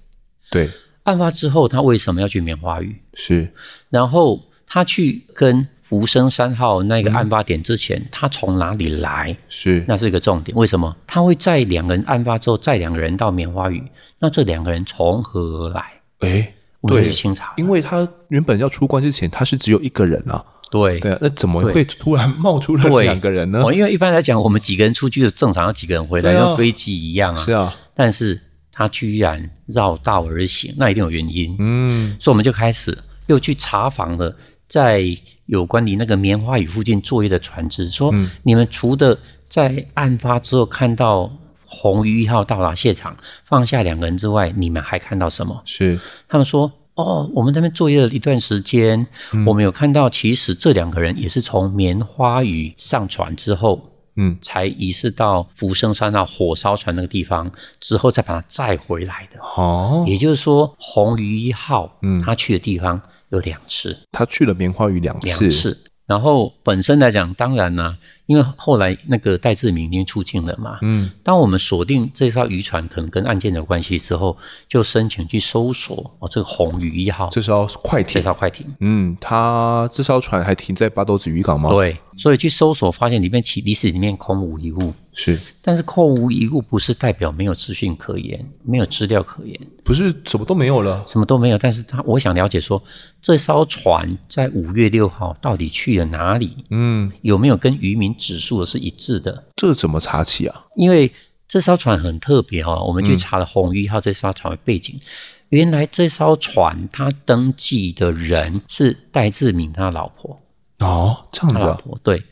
[SPEAKER 1] 对，
[SPEAKER 2] 案发之后，他为什么要去棉花屿？
[SPEAKER 1] 是
[SPEAKER 2] 然后他去跟福生三号那
[SPEAKER 1] 嗯
[SPEAKER 2] 个案发点之前，他从哪里来？
[SPEAKER 1] 是，
[SPEAKER 2] 那是一个重点。为什么他会载两个人案发之后载两个人到棉花屿？那这两个人从何而来？
[SPEAKER 1] 哎，
[SPEAKER 2] 我们
[SPEAKER 1] 对
[SPEAKER 2] 就去，清查。
[SPEAKER 1] 因为他原本要出关之前，他是只有一个人啊。
[SPEAKER 2] 对
[SPEAKER 1] 对啊，那怎么
[SPEAKER 2] 对
[SPEAKER 1] 会突然冒出了
[SPEAKER 2] 对
[SPEAKER 1] [laughs] 两个人呢？
[SPEAKER 2] 哦，因为一般来讲，我们几个人出去的正常要几个人回来，
[SPEAKER 1] 对啊
[SPEAKER 2] 像飞机一样啊。
[SPEAKER 1] 是啊，
[SPEAKER 2] 但是他居然绕道而行，那一定有原因。
[SPEAKER 1] 嗯，
[SPEAKER 2] 所以我们就开始又去查访了，在有关于那个棉花屿附近作业的船只，说、
[SPEAKER 1] 嗯
[SPEAKER 2] 你们除了在案发之后看到红鱼一号到达现场放下两个人之外，你们还看到什么？
[SPEAKER 1] 是
[SPEAKER 2] 他们说。哦，我们这边作业了一段时间，
[SPEAKER 1] 嗯
[SPEAKER 2] 我们有看到，其实这两个人也是从棉花屿上船之后，
[SPEAKER 1] 嗯，
[SPEAKER 2] 才移至到福生山那火烧船那个地方，之后再把它载回来的。
[SPEAKER 1] 哦，
[SPEAKER 2] 也就是说，红鱼一号，
[SPEAKER 1] 嗯
[SPEAKER 2] 他去的地方有两次，
[SPEAKER 1] 他去了棉花屿两
[SPEAKER 2] 两
[SPEAKER 1] 次，
[SPEAKER 2] 次。然后本身来讲，当然啦、因为后来那个戴志明已经出境了嘛，
[SPEAKER 1] 嗯，
[SPEAKER 2] 当我们锁定这艘渔船可能跟案件有关系之后，就申请去搜索哦这个红鱼一号
[SPEAKER 1] 这艘快
[SPEAKER 2] 这
[SPEAKER 1] 艇，
[SPEAKER 2] 艘快艇。
[SPEAKER 1] 嗯，他这艘船还停在八斗子渔港吗？，
[SPEAKER 2] 对，哦所以去搜索发现里面其历史里面空无一物，
[SPEAKER 1] 是
[SPEAKER 2] 但是空无一物不是代表没有资讯可言，没有资料可言。
[SPEAKER 1] 不是什么都没有了？
[SPEAKER 2] 什么都没有，但是他我想了解说，这艘船在五月六号到底去了哪里？
[SPEAKER 1] 嗯，
[SPEAKER 2] 有没有跟渔民指数的是一致的？
[SPEAKER 1] 这怎么查起啊？
[SPEAKER 2] 因为这艘船很特别哦，我们去查了红鱼号这艘船的背景，原来这艘船它登记的人是戴志明他老婆，
[SPEAKER 1] 哦，这样
[SPEAKER 2] 他
[SPEAKER 1] 子
[SPEAKER 2] 老
[SPEAKER 1] 啊，
[SPEAKER 2] 婆对。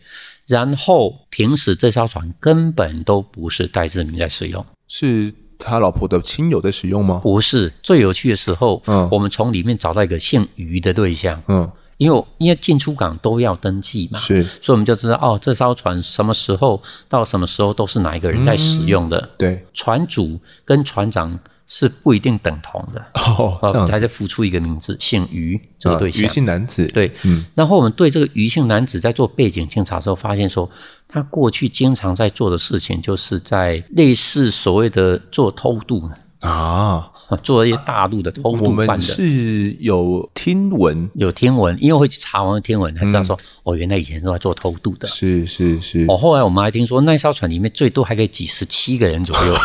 [SPEAKER 2] 然后平时这艘船根本都不是戴志明在使用，
[SPEAKER 1] 是他老婆的亲友在使用吗？
[SPEAKER 2] 不是。最有趣的时候，
[SPEAKER 1] 嗯
[SPEAKER 2] 我们从里面找到一个姓于的对象，
[SPEAKER 1] 嗯，
[SPEAKER 2] 因为我因为进出港都要登记嘛，
[SPEAKER 1] 是
[SPEAKER 2] 所以我们就知道哦，这艘船什么时候到什么时候都是哪一个人在使用的。
[SPEAKER 1] 嗯对，
[SPEAKER 2] 船主跟船长是不一定等同的，
[SPEAKER 1] 哦，这样
[SPEAKER 2] 哦，
[SPEAKER 1] 子，
[SPEAKER 2] 他就浮出一个名字，姓于这个对
[SPEAKER 1] 啊
[SPEAKER 2] 象。
[SPEAKER 1] 余姓男子，，
[SPEAKER 2] 对，
[SPEAKER 1] 嗯
[SPEAKER 2] 然后我们对这个余姓男子在做背景清查的时候，发现说他过去经常在做的事情，就是在类似所谓的做偷渡，
[SPEAKER 1] 啊，
[SPEAKER 2] [laughs] 做一些大陆的偷
[SPEAKER 1] 嗯我
[SPEAKER 2] 渡犯
[SPEAKER 1] 们
[SPEAKER 2] 的。
[SPEAKER 1] 是有听闻，
[SPEAKER 2] 有天文，因为会去查完天文才
[SPEAKER 1] 嗯
[SPEAKER 2] 知道说，哦，原来以前都在做偷渡的。
[SPEAKER 1] 是是是，
[SPEAKER 2] 哦，后来我们还听说那一艘船里面最多还可以挤十七个人左 [laughs] 右，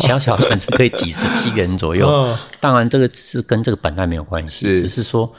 [SPEAKER 2] 小小船只可以挤十七个人左右。
[SPEAKER 1] 嗯
[SPEAKER 2] 当然，这个是跟这个本案没有关系，
[SPEAKER 1] 是
[SPEAKER 2] 只是说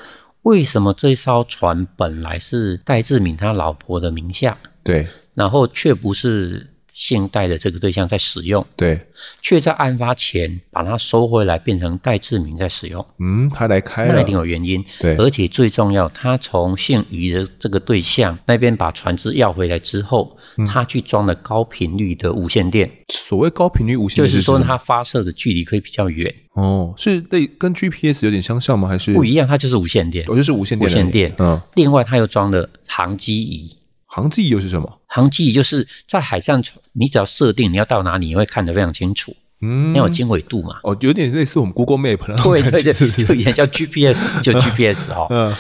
[SPEAKER 2] 为什么这艘船本来是戴志敏他老婆的名下，
[SPEAKER 1] 对
[SPEAKER 2] 然后却不是姓戴的这个对象在使用，
[SPEAKER 1] 对，
[SPEAKER 2] 却在案发前把它收回来变成戴志明在使用。
[SPEAKER 1] 嗯，他来开
[SPEAKER 2] 那一
[SPEAKER 1] 了
[SPEAKER 2] 定，有原因。
[SPEAKER 1] 对
[SPEAKER 2] 而且最重要，他从姓余的这个对象那边把船只要回来之后，
[SPEAKER 1] 嗯
[SPEAKER 2] 他去装了高频率的无线电，
[SPEAKER 1] 所谓高频率无线
[SPEAKER 2] 就
[SPEAKER 1] 电
[SPEAKER 2] 是
[SPEAKER 1] 什么
[SPEAKER 2] 说它发射的距离可以比较远，
[SPEAKER 1] 哦，是类跟 GPS 有点相像吗？还是
[SPEAKER 2] 不一样，它就是无线电
[SPEAKER 1] 我。就是无线电
[SPEAKER 2] 无
[SPEAKER 1] 而已，
[SPEAKER 2] 线电，
[SPEAKER 1] 嗯，，
[SPEAKER 2] 另外它又装了航机仪。
[SPEAKER 1] 航迹又是什么？
[SPEAKER 2] 航机仪就是在海上，你只要设定你要到哪里，你会看得非常清楚，
[SPEAKER 1] 嗯
[SPEAKER 2] 你，有经纬度
[SPEAKER 1] [laughs]
[SPEAKER 2] 嘛？
[SPEAKER 1] 哦，有点类似我们 Google Map 了，
[SPEAKER 2] 对对对，就也叫 GPS，就 GPS 哦。
[SPEAKER 1] [laughs] 嗯，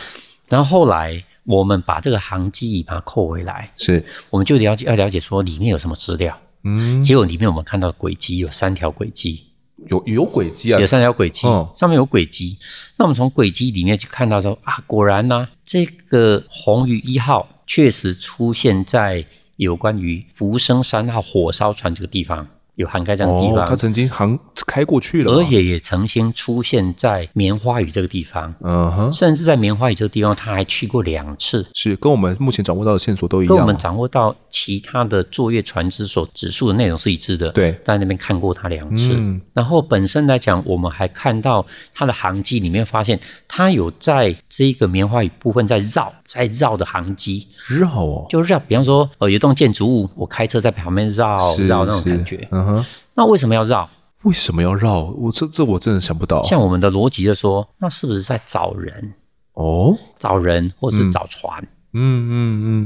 [SPEAKER 2] 然后后来我们把这个航机仪把它扣回来，
[SPEAKER 1] 是，
[SPEAKER 2] 我们就了解要了解说里面有什么资料。
[SPEAKER 1] 嗯，
[SPEAKER 2] 结果里面我们看到轨迹有三条轨迹，
[SPEAKER 1] 有有轨迹啊
[SPEAKER 2] 有，三条轨迹
[SPEAKER 1] 哦，
[SPEAKER 2] 上面有轨迹。那我们从轨迹里面去看到说啊，果然呢、这个红鱼一号确实出现在有关于福生山号火烧船这个地方，有涵盖这样的地
[SPEAKER 1] 哦，他
[SPEAKER 2] 方，
[SPEAKER 1] 曾经航开过去了，
[SPEAKER 2] 而，且也曾经出现在棉花屿这个地方，
[SPEAKER 1] 嗯哼，
[SPEAKER 2] 甚至在棉花屿这个地方，他还去过两次。
[SPEAKER 1] 是跟我们目前掌握到的线索都一样，啊
[SPEAKER 2] 跟我们掌握到其他的作业船只所指述的内容是一致的。
[SPEAKER 1] 对
[SPEAKER 2] 在那边看过它两次。
[SPEAKER 1] 嗯
[SPEAKER 2] 然后本身来讲，我们还看到它的航机里面发现，它有在这个棉花雨部分在绕，在绕的航机，
[SPEAKER 1] 绕哦，
[SPEAKER 2] 就绕，比方说，呃，有一栋建筑物，我开车在旁边绕
[SPEAKER 1] 是
[SPEAKER 2] 绕那种
[SPEAKER 1] 是
[SPEAKER 2] 感觉。
[SPEAKER 1] 嗯哼，
[SPEAKER 2] 那为什么要绕？
[SPEAKER 1] 为什么要绕？我这这我真的想不到，
[SPEAKER 2] 像我们的逻辑就说，那是不是在找人？
[SPEAKER 1] 哦，
[SPEAKER 2] 找人，或是找船？
[SPEAKER 1] 嗯嗯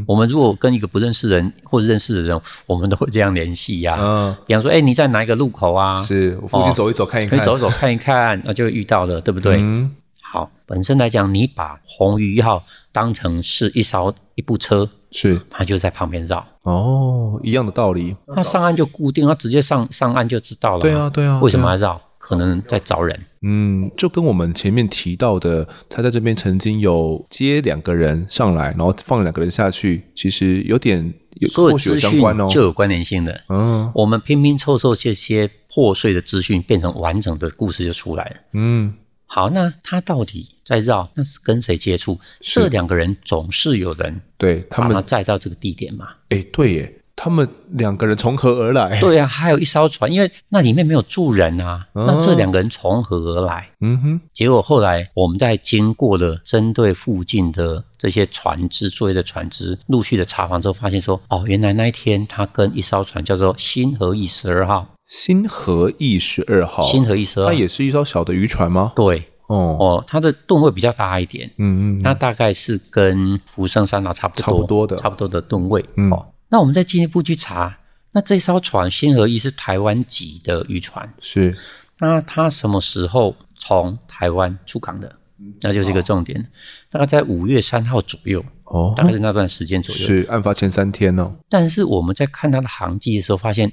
[SPEAKER 1] 嗯，
[SPEAKER 2] 我们如果跟一个不认识人或者认识的人，我们都会这样联系呀、
[SPEAKER 1] 嗯
[SPEAKER 2] 比方说，哎、你在哪一个路口啊？
[SPEAKER 1] 是我附近
[SPEAKER 2] 哦
[SPEAKER 1] 走一走，看一
[SPEAKER 2] 可
[SPEAKER 1] 看，
[SPEAKER 2] 以走走看一看，啊，就遇到了，对不对？
[SPEAKER 1] 嗯
[SPEAKER 2] 好，本身来讲，你把红鱼号当成是一艘一部车，
[SPEAKER 1] 是
[SPEAKER 2] 它就在旁边绕，
[SPEAKER 1] 哦，一样的道理。
[SPEAKER 2] 那上岸就固定，它直接上上岸就知道了。
[SPEAKER 1] 对啊，，对啊，
[SPEAKER 2] 为什
[SPEAKER 1] 对啊
[SPEAKER 2] 么要绕？可能在找人。
[SPEAKER 1] 嗯，就跟我们前面提到的，他在这边曾经有接两个人上来，然后放两个人下去，其实有点有
[SPEAKER 2] 所有
[SPEAKER 1] 啊或许有
[SPEAKER 2] 资
[SPEAKER 1] 相
[SPEAKER 2] 讯
[SPEAKER 1] 关哦。
[SPEAKER 2] 就有关联性的。
[SPEAKER 1] 嗯
[SPEAKER 2] 我们拼拼凑凑这些破碎的资讯，变成完整的故事就出来了。
[SPEAKER 1] 嗯，
[SPEAKER 2] 好，那他到底在绕，那是跟谁接触？这两个人总是有人
[SPEAKER 1] 对他
[SPEAKER 2] 把
[SPEAKER 1] 们
[SPEAKER 2] 他，载到这个地点嘛？
[SPEAKER 1] 哎，对耶，他们两个人从何而来？
[SPEAKER 2] [laughs] 对啊，还有一艘船，因为那里面没有住人啊，那这两个人从何而来？
[SPEAKER 1] 哦嗯哼，
[SPEAKER 2] 结果后来我们在经过了针对附近的这些船只作业的船只陆续的查房之后，发现说，哦，原来那一天他跟一艘船叫做新河翼十二号，
[SPEAKER 1] 新河翼十二号，
[SPEAKER 2] 新河翼十二
[SPEAKER 1] 它
[SPEAKER 2] 号，
[SPEAKER 1] 哦也是一艘小的渔船吗？
[SPEAKER 2] 对
[SPEAKER 1] 哦，
[SPEAKER 2] 哦，它的吨位比较大一点，
[SPEAKER 1] 嗯嗯，
[SPEAKER 2] 那大概是跟福生三岛差不多，
[SPEAKER 1] 差不多的
[SPEAKER 2] 差不多的吨位。
[SPEAKER 1] 嗯
[SPEAKER 2] 哦，那我们再进一步去查，那这艘船新和一是台湾籍的渔船，
[SPEAKER 1] 是
[SPEAKER 2] 那它什么时候从台湾出港的？那就是一个重点，大概在五月三号左右，
[SPEAKER 1] 哦
[SPEAKER 2] 大，概是那段时间左右。
[SPEAKER 1] 是案发前三天呢。
[SPEAKER 2] 但是我们在看它的航迹的时候，发现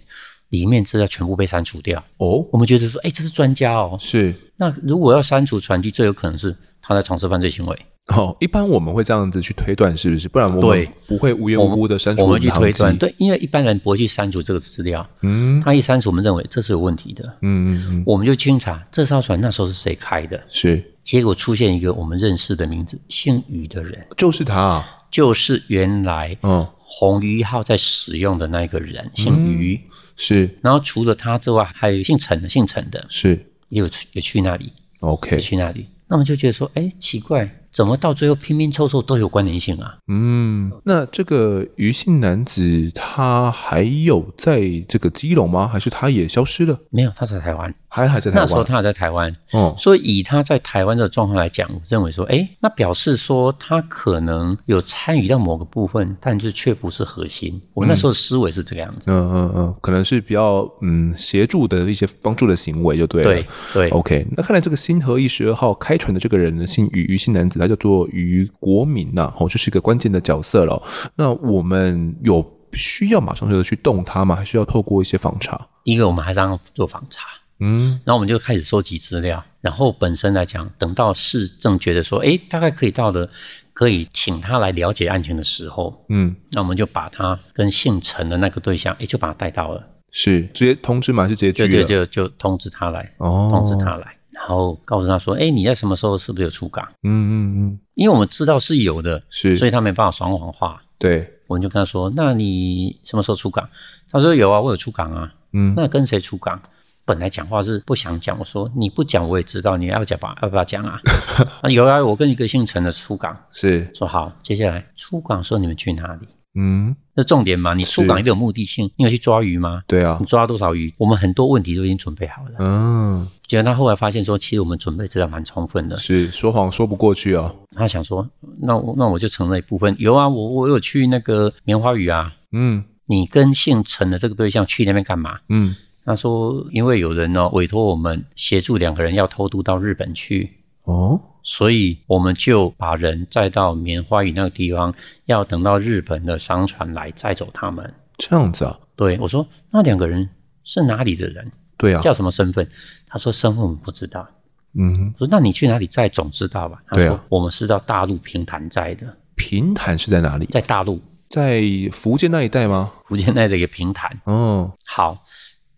[SPEAKER 2] 里面资料全部被删除掉。
[SPEAKER 1] 哦，
[SPEAKER 2] 我们觉得说，哎、这是专家哦。
[SPEAKER 1] 是
[SPEAKER 2] 那如果要删除传记，最有可能是他在从事犯罪行为。
[SPEAKER 1] 哦，一般我们会这样子去推断，是不是？不然我
[SPEAKER 2] 对
[SPEAKER 1] 们不会无缘无故的删除
[SPEAKER 2] 我们去
[SPEAKER 1] 航
[SPEAKER 2] 推断，
[SPEAKER 1] 迹。
[SPEAKER 2] 对，因为一般人不会去删除这个资料，
[SPEAKER 1] 嗯
[SPEAKER 2] 他一删除，我们认为这是有问题的，
[SPEAKER 1] 嗯嗯嗯，
[SPEAKER 2] 我们就清查这艘船那时候是谁开的，
[SPEAKER 1] 是
[SPEAKER 2] 结果出现一个我们认识的名字，姓于的人，
[SPEAKER 1] 就是他、啊。
[SPEAKER 2] 就是原来
[SPEAKER 1] 嗯，
[SPEAKER 2] 红鱼一号在使用的那一个人，姓于。
[SPEAKER 1] 是
[SPEAKER 2] 然后除了他之外，还有姓陈的，姓陈的
[SPEAKER 1] 是
[SPEAKER 2] 也有去也去那里，
[SPEAKER 1] ，OK
[SPEAKER 2] 也。去那里。那我们就觉得说，哎，奇怪，怎么到最后拼拼凑凑都有关联性啊？
[SPEAKER 1] 嗯，那这个余姓男子他还有在这个基隆吗？还是他也消失了？
[SPEAKER 2] 没有，他在台湾，
[SPEAKER 1] 还还在台
[SPEAKER 2] 那时候
[SPEAKER 1] 湾？
[SPEAKER 2] 他还在台湾，
[SPEAKER 1] 哦，
[SPEAKER 2] 所以以他在台湾的状况来讲，我认为说，哎，那表示说他可能有参与到某个部分，但是却不是核心。我那时候的思维是这个样子。
[SPEAKER 1] 嗯嗯嗯，可能是比较嗯协助的一些帮助的行为就对啊了。
[SPEAKER 2] 对对
[SPEAKER 1] OK，那看来这个新河一十二号开船的这个人呢，姓于，于姓男子，他叫做于国民呐、哦，这是一个关键的角色了哦。那我们有需要马上就去动他吗？还是要透过一些访查？
[SPEAKER 2] 第一个，我们还让他做访查，
[SPEAKER 1] 嗯，
[SPEAKER 2] 然后我们就开始收集资料。然后本身来讲，等到市政觉得说，哎，大概可以到的，可以请他来了解案情的时候，
[SPEAKER 1] 嗯，
[SPEAKER 2] 那我们就把他跟姓陈的那个对象，哎，就把他带到了，
[SPEAKER 1] 是直接通知吗？还是直接去
[SPEAKER 2] 对
[SPEAKER 1] 了？
[SPEAKER 2] 对，就就通知他来，
[SPEAKER 1] 哦，
[SPEAKER 2] 通知他来，然后告诉他说，哎，你在什么时候是不是有出港？
[SPEAKER 1] 嗯嗯嗯，
[SPEAKER 2] 因为我们知道是有的，
[SPEAKER 1] 是
[SPEAKER 2] 所以他没办法爽谎话。
[SPEAKER 1] 对，
[SPEAKER 2] 我们就跟他说：“那你什么时候出港？”他说：“有啊，我有出港啊。”
[SPEAKER 1] 嗯
[SPEAKER 2] 那跟谁出港？本来讲话是不想讲，我说你不讲我也知道，你要讲吧，要不要讲啊？啊有啊，我跟一个姓陈的出港，
[SPEAKER 1] 是，
[SPEAKER 2] 说好，接下来出港的时候你们去哪里？
[SPEAKER 1] 嗯，
[SPEAKER 2] 那重点嘛，你出港一定有目的性，你有去抓鱼吗？
[SPEAKER 1] 对啊
[SPEAKER 2] 你，抓多少鱼？我们很多问题都已经准备好了。
[SPEAKER 1] 嗯，
[SPEAKER 2] 结果他后来发现说，其实我们准备资料蛮充分的，
[SPEAKER 1] 是说谎说不过去啊，
[SPEAKER 2] 他想说，那我那我就承认一部分。有啊，我我有去那个棉花屿啊。
[SPEAKER 1] 嗯
[SPEAKER 2] 你跟姓陈的这个对象去那边干嘛？
[SPEAKER 1] 嗯，
[SPEAKER 2] 他说，因为有人呢、委托我们协助两个人要偷渡到日本去，
[SPEAKER 1] 哦，
[SPEAKER 2] 所以我们就把人载到棉花屿那个地方，要等到日本的商船来载走他们。
[SPEAKER 1] 这样子啊，
[SPEAKER 2] 对我说，那两个人是哪里的人？
[SPEAKER 1] 对啊，
[SPEAKER 2] 叫什么身份？他说身份我们不知道。
[SPEAKER 1] 嗯，
[SPEAKER 2] 我说那你去哪里载总知道吧？他
[SPEAKER 1] 对
[SPEAKER 2] 说、
[SPEAKER 1] 啊
[SPEAKER 2] 我们是到大陆平潭载的，
[SPEAKER 1] 平潭是在哪里？
[SPEAKER 2] 在大陆
[SPEAKER 1] 在福建那一带吗？
[SPEAKER 2] 福建那的一个平潭。
[SPEAKER 1] 哦，
[SPEAKER 2] 好，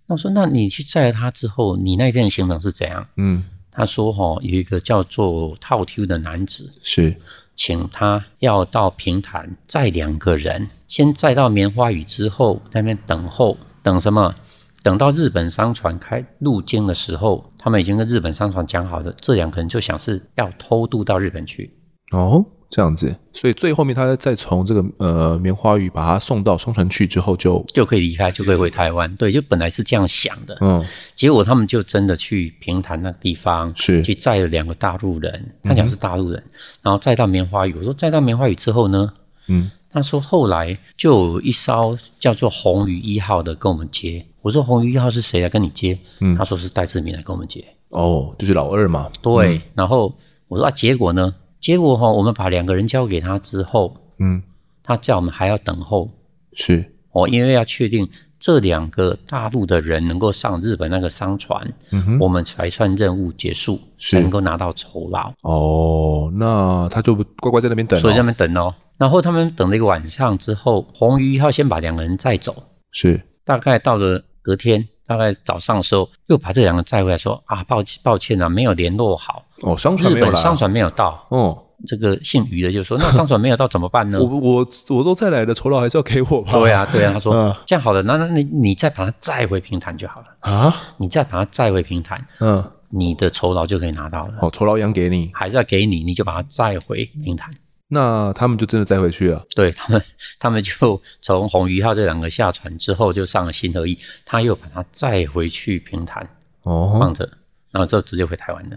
[SPEAKER 2] 那我说，那你去载了他之后，你那天的行程是怎样？
[SPEAKER 1] 嗯，
[SPEAKER 2] 他说、哦，有一个叫做套 Q 的男子，
[SPEAKER 1] 是，
[SPEAKER 2] 请他要到平潭载两个人，先载到棉花屿之后，在那边等候，等什么？等到日本商船开入境的时候，他们已经跟日本商船讲好了，这两个人就想是要偷渡到日本去。
[SPEAKER 1] 哦，这样子，所以最后面他再从这个呃棉花鱼把它送到商船去之后就，
[SPEAKER 2] 就可以离开，就可以回台湾。对，就本来是这样想的，
[SPEAKER 1] 嗯，
[SPEAKER 2] 结果他们就真的去平潭那个地方，
[SPEAKER 1] 是
[SPEAKER 2] 去嗯载了两个大陆人，他讲是大陆人，然后载到棉花屿。我说载到棉花屿之后呢，嗯，他说后来就有一艘叫做红鱼一号的跟我们接，我说红鱼一号是谁来跟你接？嗯，他说是戴志明来跟我们接。
[SPEAKER 1] 哦，就是老二嘛，
[SPEAKER 2] 对，然后我说啊，结果呢？结果哈、我们把两个人交给他之后，
[SPEAKER 1] 嗯，
[SPEAKER 2] 他叫我们还要等候
[SPEAKER 1] 是，
[SPEAKER 2] 哦，因为要确定这两个大陆的人能够上日本那个商船，
[SPEAKER 1] 嗯
[SPEAKER 2] 我们才算任务结束，
[SPEAKER 1] 是
[SPEAKER 2] 才能够拿到酬劳。
[SPEAKER 1] 哦，那他就乖乖在那边等、
[SPEAKER 2] 所以他
[SPEAKER 1] 哦，
[SPEAKER 2] 们等哦，然后他们等了一个晚上之后，红鱼一号先把两个人载走，
[SPEAKER 1] 是，
[SPEAKER 2] 大概到了隔天，大概早上的时候又把这两个载回来说，啊，抱抱歉啊，没有联络好，
[SPEAKER 1] 哦，商船
[SPEAKER 2] 日
[SPEAKER 1] 没有
[SPEAKER 2] 本
[SPEAKER 1] 来、
[SPEAKER 2] 商
[SPEAKER 1] 啊，
[SPEAKER 2] 船没有到。
[SPEAKER 1] 哦。
[SPEAKER 2] 这个姓余的
[SPEAKER 1] [laughs]
[SPEAKER 2] 就说，那商船没有到怎么办呢
[SPEAKER 1] 我？我我都再来的酬劳还是要给我吧？
[SPEAKER 2] 对啊，对啊，他说、
[SPEAKER 1] 嗯
[SPEAKER 2] 这样好了，那那你你再把它载回平潭就好了，
[SPEAKER 1] 啊，
[SPEAKER 2] 你再把它载回平潭，
[SPEAKER 1] 嗯，
[SPEAKER 2] 你的酬劳就可以拿到了，
[SPEAKER 1] 好，哦酬劳一样给你，
[SPEAKER 2] 还是要给你，你就把它载回平潭。
[SPEAKER 1] 那他们就真的再回去了。
[SPEAKER 2] 对他们，他们就从红鱼号这两个下船之后，就上了新和一，他又把它载回去平潭
[SPEAKER 1] 哦
[SPEAKER 2] 放着，然后就直接回台湾了。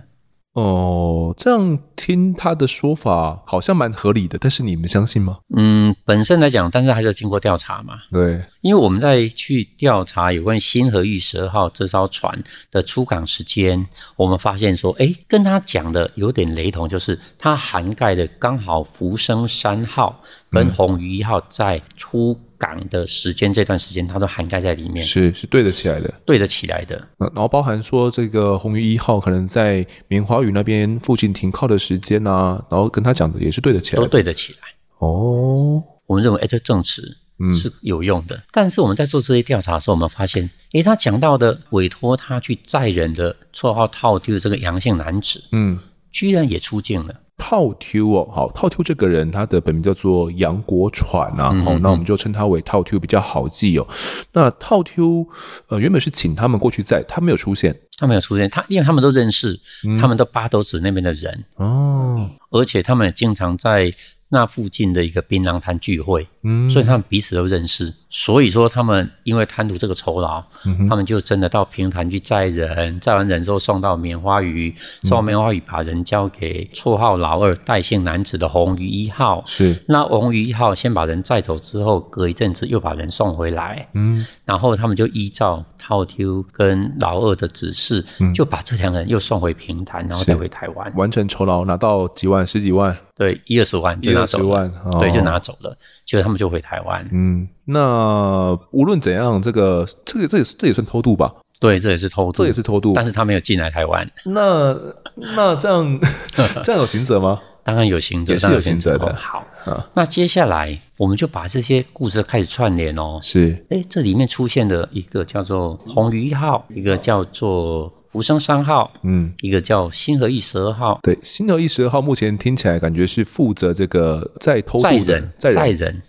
[SPEAKER 1] 哦，这样听他的说法好像蛮合理的，但是你们相信吗？
[SPEAKER 2] 嗯，本身来讲，但是还是要经过调查嘛，
[SPEAKER 1] 对，
[SPEAKER 2] 因为我们在去调查有关于新和玉蛇号这艘船的出港时间，我们发现说，哎，跟他讲的有点雷同，就是它涵盖的刚好福生三号跟红鱼一号在出港的时间这段时间，它都涵盖在里面，
[SPEAKER 1] 是是对得起来的。
[SPEAKER 2] 对得起来的。
[SPEAKER 1] 呃然后包含说这个红鱼一号可能在棉花屿那边附近停靠的时间啊，然后跟他讲的也是对得起来
[SPEAKER 2] 都
[SPEAKER 1] 的。
[SPEAKER 2] 对得起来。
[SPEAKER 1] 哦，
[SPEAKER 2] 我们认为，哎，这证词是有用的。但是我们在做这些调查的时候，我们发现，哎，他讲到的委托他去载人的绰号套丢的这个阳性男子，
[SPEAKER 1] 嗯，
[SPEAKER 2] 居然也出境了。
[SPEAKER 1] 套 Q 哦，好，套 Q 这个人他的本名叫做杨国传啊，
[SPEAKER 2] 嗯
[SPEAKER 1] 好、那我们就称他为套 Q 比较好记哦。那套 Q 呃原本是请他们过去载，他没有出现
[SPEAKER 2] 他没有出现，他因为他们都认识，他们都八斗子那边的人，
[SPEAKER 1] 哦，
[SPEAKER 2] 而且他们也经常在那附近的一个槟榔摊聚会，
[SPEAKER 1] 嗯
[SPEAKER 2] 所以他们彼此都认识。所以说，他们因为贪图这个酬劳，
[SPEAKER 1] 嗯
[SPEAKER 2] 他们就真的到平潭去载人，载完人之后送到棉花鱼，
[SPEAKER 1] 嗯
[SPEAKER 2] 送到棉花鱼把人交给绰号老二戴姓男子的红鱼一号。
[SPEAKER 1] 是
[SPEAKER 2] 那红鱼一号先把人载走之后，隔一阵子又把人送回来，
[SPEAKER 1] 嗯，
[SPEAKER 2] 然后他们就依照套 Q 跟老二的指示，
[SPEAKER 1] 嗯
[SPEAKER 2] 就把这两个人又送回平潭，然后再回台湾。
[SPEAKER 1] 完成酬劳拿到几万十几万
[SPEAKER 2] 对，一二十万就
[SPEAKER 1] 一
[SPEAKER 2] 拿
[SPEAKER 1] 二
[SPEAKER 2] 走
[SPEAKER 1] 十
[SPEAKER 2] 了，
[SPEAKER 1] 万，哦
[SPEAKER 2] 对，就拿走了，结果他们就回台湾。
[SPEAKER 1] 嗯。那无论怎样，这个这个这也这也算偷渡吧？
[SPEAKER 2] 对，这也是偷渡，
[SPEAKER 1] 这也是偷渡。
[SPEAKER 2] 嗯但是他没有进来台湾，
[SPEAKER 1] 那那这
[SPEAKER 2] [laughs]
[SPEAKER 1] 样这样有刑责吗？
[SPEAKER 2] 当然有行者，
[SPEAKER 1] 也是
[SPEAKER 2] 当然
[SPEAKER 1] 有行者的嗯
[SPEAKER 2] 哦好，那接下来我们就把这些故事开始串联哦。
[SPEAKER 1] 是
[SPEAKER 2] 哎，这里面出现的一个叫做红鱼一号，一个叫做福生三号，
[SPEAKER 1] 嗯，
[SPEAKER 2] 一个叫星河一十二号，
[SPEAKER 1] 对，新鸟一十二号目前听起来感觉是负责这个在偷渡
[SPEAKER 2] 载
[SPEAKER 1] 的
[SPEAKER 2] 人，
[SPEAKER 1] 载
[SPEAKER 2] 载
[SPEAKER 1] 人
[SPEAKER 2] 人。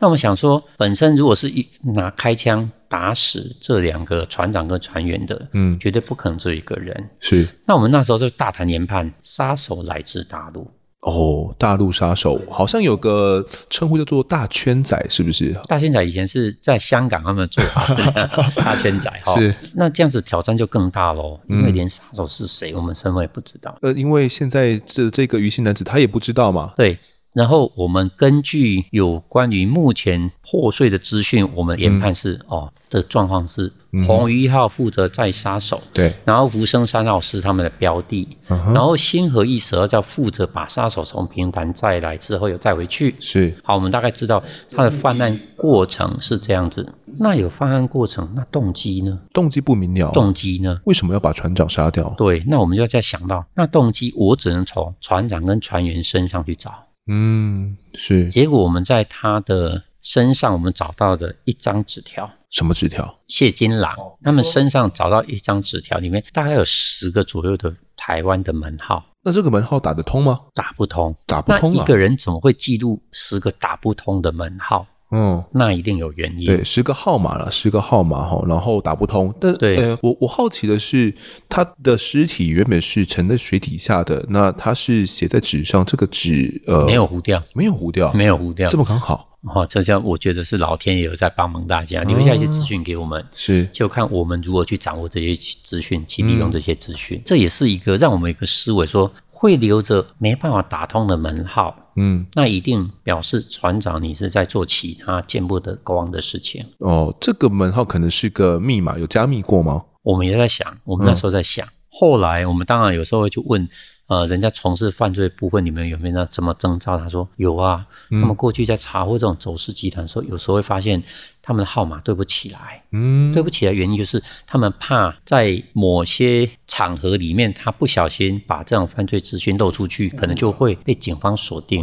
[SPEAKER 2] 那我们想说，本身如果是一拿开枪打死这两个船长跟船员的，嗯，绝对不可能只有一个人。
[SPEAKER 1] 是
[SPEAKER 2] 那我们那时候就大谈研判，杀手来自大陆，
[SPEAKER 1] 哦，大陆杀手好像有个称呼叫做大圈仔，是不是？
[SPEAKER 2] 大仙仔以前是在香港他们做法是这样大圈仔哈，
[SPEAKER 1] 是
[SPEAKER 2] 那这样子挑战就更大喽，因为连杀手是谁，我们身份也不知道。
[SPEAKER 1] 呃，因为现在这这个于姓男子他也不知道嘛，
[SPEAKER 2] 对，然后我们根据有关于目前破碎的资讯，我们研判是、哦，这状况是红鱼一号负责在杀手，
[SPEAKER 1] 对，
[SPEAKER 2] 然后福生三号是他们的标的，然后星河一蛇叫负责把杀手从平潭再来之后又再回去，
[SPEAKER 1] 是
[SPEAKER 2] 好，我们大概知道他的犯案过程是这样子。那有犯案过程，那动机呢？
[SPEAKER 1] 动机不明了，
[SPEAKER 2] 动机呢？
[SPEAKER 1] 为什么要把船长杀掉？
[SPEAKER 2] 对，那我们就要再想到，那动机我只能从船长跟船员身上去找。
[SPEAKER 1] 嗯，是
[SPEAKER 2] 结果我们在他的身上，我们找到的一张纸条，
[SPEAKER 1] 什么纸条？
[SPEAKER 2] 谢金郎
[SPEAKER 1] 哦
[SPEAKER 2] 他们身上找到一张纸条，里面大概有十个左右的台湾的门号
[SPEAKER 1] 那这个门号打得通吗？
[SPEAKER 2] 打不通。
[SPEAKER 1] 打不通
[SPEAKER 2] 那
[SPEAKER 1] 啊
[SPEAKER 2] 一。个人怎么会记录十个打不通的门号？
[SPEAKER 1] 嗯，
[SPEAKER 2] 那一定有原因。
[SPEAKER 1] 对，十个号码了，十个号码哈，然后打不通。但
[SPEAKER 2] 对
[SPEAKER 1] 呃，我我好奇的是，他的尸体原本是沉在水底下的，那他是写在纸上，这个纸呃
[SPEAKER 2] 没有糊掉，
[SPEAKER 1] 没有糊掉，
[SPEAKER 2] 没有糊掉
[SPEAKER 1] 这。么刚好
[SPEAKER 2] 哦，这像我觉得是老天也有在帮忙大家，留下一些资讯给我们，
[SPEAKER 1] 是
[SPEAKER 2] 就看我们如何去掌握这些资讯，去利用这些资讯。这也是一个让我们有一个思维说，会会留着没办法打通的门号。
[SPEAKER 1] 嗯，
[SPEAKER 2] 那一定表示船长你是在做其他见不得光的事情。
[SPEAKER 1] 哦，这个门号可能是个密码，有加密过吗？
[SPEAKER 2] 我们也在想，我们那时候在想。后来我们当然有时候会去问，呃，人家从事犯罪部分你们有没有那怎么征兆？他说有啊，他们过去在查获这种走私集团的时候，有时候会发现他们的号码对不起来。
[SPEAKER 1] 嗯，
[SPEAKER 2] 对不起的啊原因就是他们怕在某些场合里面，他不小心把这种犯罪资讯漏出去，可能就会被警方锁定，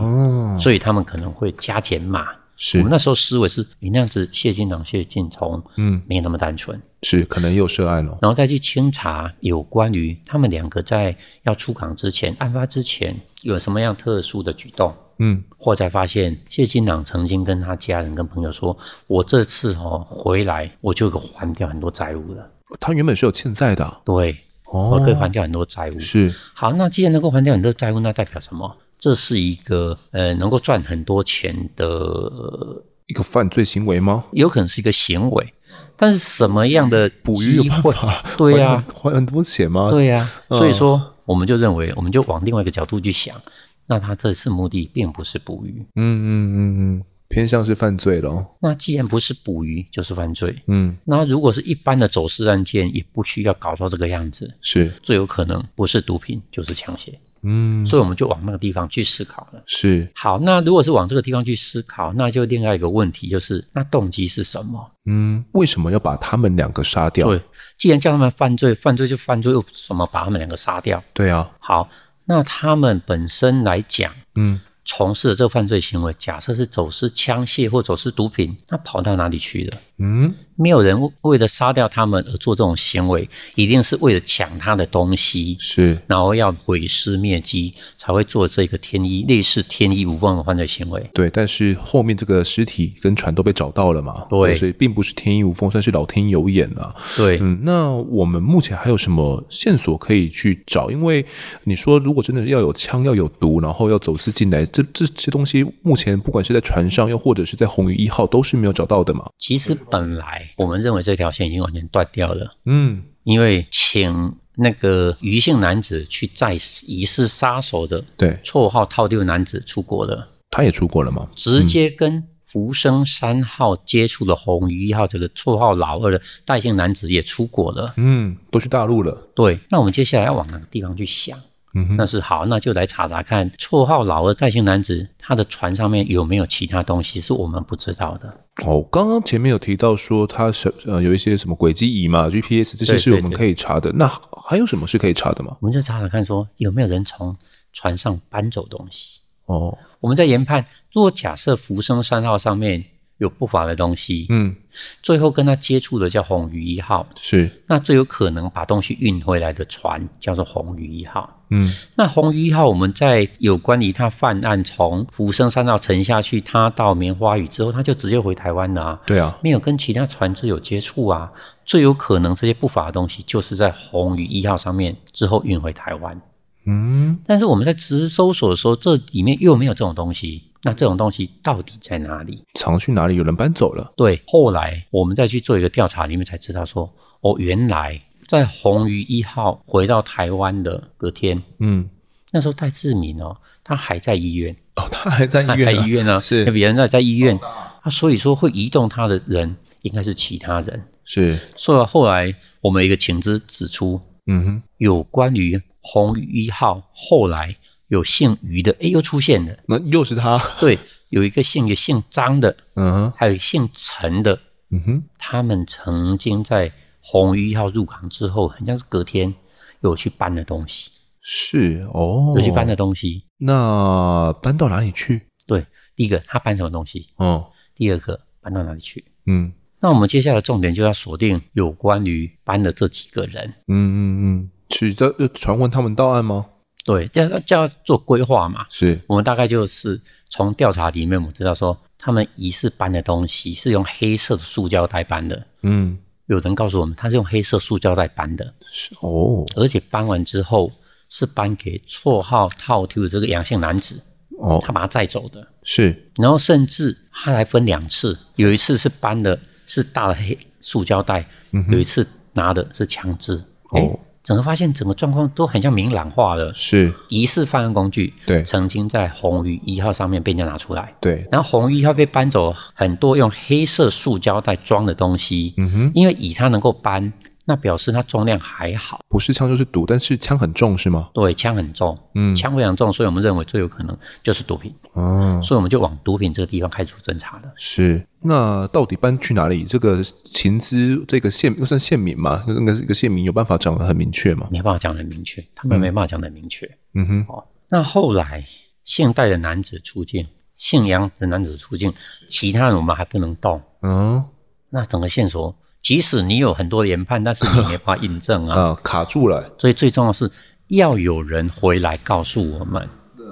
[SPEAKER 2] 所以他们可能会加减码。我
[SPEAKER 1] 哦是
[SPEAKER 2] 们那时候思维是，你那样子谢金长、谢晋从，
[SPEAKER 1] 嗯，
[SPEAKER 2] 没有那么单纯，
[SPEAKER 1] 是，可能又涉案哦了。
[SPEAKER 2] 然后再去清查有关于他们两个在要出港之前、案发之前有什么样特殊的举动。
[SPEAKER 1] 嗯，
[SPEAKER 2] 后才发现，谢金朗曾经跟他家人、跟朋友说：“我这次哦回来，我就还掉很多债务了。”
[SPEAKER 1] 他原本是有欠债的啊、
[SPEAKER 2] 对，我可以还掉很多债务。
[SPEAKER 1] 是
[SPEAKER 2] 好，那既然能够还掉很多债务，那代表什么？这是一个呃，能够赚很多钱的，呃
[SPEAKER 1] 一个犯罪行为吗？
[SPEAKER 2] 有可能是一个行为。但是什么样的
[SPEAKER 1] 捕鱼有
[SPEAKER 2] 机
[SPEAKER 1] 办
[SPEAKER 2] 会
[SPEAKER 1] 法？
[SPEAKER 2] 对呀、
[SPEAKER 1] 还很还很多钱吗？
[SPEAKER 2] 对呀、
[SPEAKER 1] 嗯
[SPEAKER 2] 所以说我们就认为，我们就往另外一个角度去想，那他这次目的并不是捕鱼。
[SPEAKER 1] 嗯嗯嗯嗯，偏向是犯罪了哦。
[SPEAKER 2] 那既然不是捕鱼，就是犯罪。
[SPEAKER 1] 嗯，
[SPEAKER 2] 那如果是一般的走私案件，也不需要搞到这个样子。
[SPEAKER 1] 是，
[SPEAKER 2] 最有可能不是毒品就是枪械，
[SPEAKER 1] 嗯
[SPEAKER 2] 所以我们就往那个地方去思考了。
[SPEAKER 1] 是，
[SPEAKER 2] 好，那如果是往这个地方去思考，那就另外一个问题就是，那动机是什么？
[SPEAKER 1] 嗯，为什么要把他们两个杀掉？
[SPEAKER 2] 对，既然叫他们犯罪，犯罪就犯罪，又怎么把他们两个杀掉？
[SPEAKER 1] 对啊，
[SPEAKER 2] 好，那他们本身来讲，
[SPEAKER 1] 嗯，
[SPEAKER 2] 从事的这个犯罪行为，假设是走私枪械或走私毒品，那跑到哪里去了？
[SPEAKER 1] 嗯，
[SPEAKER 2] 没有人为了杀掉他们而做这种行为，一定是为了抢他的东西，
[SPEAKER 1] 是，
[SPEAKER 2] 然后要毁尸灭迹，才会做这个天衣类似天衣无缝的犯罪行为。
[SPEAKER 1] 对，但是后面这个尸体跟船都被找到了嘛，
[SPEAKER 2] 对
[SPEAKER 1] 所以并不是天衣无缝，算是老天有眼了、
[SPEAKER 2] 对，
[SPEAKER 1] 嗯，那我们目前还有什么线索可以去找？因为你说如果真的要有枪、要有毒，然后要走私进来，这这些东西目前不管是在船上，又或者是在红鱼一号，都是没有找到的嘛。
[SPEAKER 2] 其实本来我们认为这条线已经完全断掉了，
[SPEAKER 1] 嗯，
[SPEAKER 2] 因为请那个余姓男子去载疑似杀手的
[SPEAKER 1] 对，
[SPEAKER 2] 绰号“套六”男子出国了，
[SPEAKER 1] 他也出国了嘛。
[SPEAKER 2] 直接跟福生三号接触的红鱼一号这个绰号“老二”的戴姓男子也出国了。
[SPEAKER 1] 嗯，都去大陆了。
[SPEAKER 2] 对，那我们接下来要往哪个地方去想？
[SPEAKER 1] 嗯哼
[SPEAKER 2] 那是好，那就来查查看，绰号“老二”戴姓男子他的船上面有没有其他东西是我们不知道的。
[SPEAKER 1] 哦，刚刚前面有提到说他是呃有一些什么轨迹仪嘛、GPS 这些是
[SPEAKER 2] 对
[SPEAKER 1] 我们
[SPEAKER 2] 对
[SPEAKER 1] 可以查的。那还有什么是可以查的吗？
[SPEAKER 2] 我们就查查看，说有没有人从船上搬走东西。
[SPEAKER 1] 哦，
[SPEAKER 2] 我们在研判，如果假设福生三号上面有不法的东西，
[SPEAKER 1] 嗯，
[SPEAKER 2] 最后跟他接触的叫红鱼一号，
[SPEAKER 1] 是，
[SPEAKER 2] 那最有可能把东西运回来的船叫做红鱼一号。
[SPEAKER 1] 嗯，
[SPEAKER 2] 那红鱼一号，我们在有关于他犯案从福生三号沉下去，他到棉花屿之后，他就直接回台湾了啊。
[SPEAKER 1] 对啊，
[SPEAKER 2] 没有跟其他船只有接触啊，最有可能这些不法的东西就是在红鱼一号上面之后运回台湾。
[SPEAKER 1] 嗯，
[SPEAKER 2] 但是我们在实施搜索的时候，这里面又没有这种东西，那这种东西到底在哪里？
[SPEAKER 1] 藏去哪里？有人搬走了。
[SPEAKER 2] 对，后来我们再去做一个调查，里面才知道说，哦，原来在红鱼一号回到台湾的隔天，
[SPEAKER 1] 嗯，
[SPEAKER 2] 那时候戴志明哦，他还在医院，
[SPEAKER 1] 哦，他还在医
[SPEAKER 2] 他
[SPEAKER 1] 院、
[SPEAKER 2] 在
[SPEAKER 1] 啊，
[SPEAKER 2] 医院呢、
[SPEAKER 1] 是
[SPEAKER 2] 那别人在在医院，啊，所以说会移动他的人应该是其他人。
[SPEAKER 1] 是，
[SPEAKER 2] 所以后来我们有一个情资指出，
[SPEAKER 1] 嗯哼，
[SPEAKER 2] 有关于红鱼一号后来有姓于的，哎，又出现了。
[SPEAKER 1] 那又是他，
[SPEAKER 2] 对，有一个姓也姓张的，
[SPEAKER 1] 嗯哼，
[SPEAKER 2] 还有一个姓陈的，
[SPEAKER 1] 嗯哼，
[SPEAKER 2] 他们曾经在红鱼一号入港之后，好像是隔天有去搬的东西，
[SPEAKER 1] 是哦，
[SPEAKER 2] 有去搬的东西。
[SPEAKER 1] 那搬到哪里去？
[SPEAKER 2] 对，第一个他搬什么东西，
[SPEAKER 1] 哦，
[SPEAKER 2] 第二个搬到哪里去。
[SPEAKER 1] 嗯
[SPEAKER 2] 那我们接下来重点就要锁定有关于搬的这几个人，
[SPEAKER 1] 嗯嗯嗯，是这呃传闻他们到案吗？
[SPEAKER 2] 对，这要这要做规划嘛。
[SPEAKER 1] 是，
[SPEAKER 2] 我们大概就是从调查里面，我们知道说他们疑似搬的东西是用黑色的塑胶袋搬的。
[SPEAKER 1] 嗯，
[SPEAKER 2] 有人告诉我们，他是用黑色塑胶袋搬的，
[SPEAKER 1] 是哦
[SPEAKER 2] 而且搬完之后是搬给绰号套 Q 的这个阳性男子，
[SPEAKER 1] 哦，
[SPEAKER 2] 他把他载走的。
[SPEAKER 1] 是，
[SPEAKER 2] 然后甚至他还分两次，有一次是搬的是大的黑塑胶袋，有一次拿的是枪支。
[SPEAKER 1] 哦
[SPEAKER 2] 诶整个发现整个状况都很像明朗化了。
[SPEAKER 1] 是
[SPEAKER 2] 疑似犯案工具，
[SPEAKER 1] 对
[SPEAKER 2] 曾经在红鱼一号上面被人家拿出来，
[SPEAKER 1] 对，
[SPEAKER 2] 然后红鱼它被搬走很多用黑色塑胶袋装的东西，嗯哼，因为乙它能够搬，那表示它重量还好。
[SPEAKER 1] 不是枪就是毒，但是枪很重是吗？
[SPEAKER 2] 对，枪很重，嗯，哦枪非常重，所以我们认为最有可能就是毒品，
[SPEAKER 1] 啊，
[SPEAKER 2] 所以我们就往毒品这个地方开始侦查的。
[SPEAKER 1] 是。那到底搬去哪里？这个情资，这个县又算县民嘛？那个是一个县民有办法讲得很明确吗？
[SPEAKER 2] 没办法讲得很明确，他们没办法讲得很明确。
[SPEAKER 1] 嗯哼，
[SPEAKER 2] 哦，那后来现代的男子出境，姓杨的男子出境，其他人我们还不能动。
[SPEAKER 1] 嗯
[SPEAKER 2] 那整个线索，即使你有很多研判，但是你没办法印证啊。
[SPEAKER 1] 啊，卡住了。
[SPEAKER 2] 所以最重要的是要有人回来告诉我们。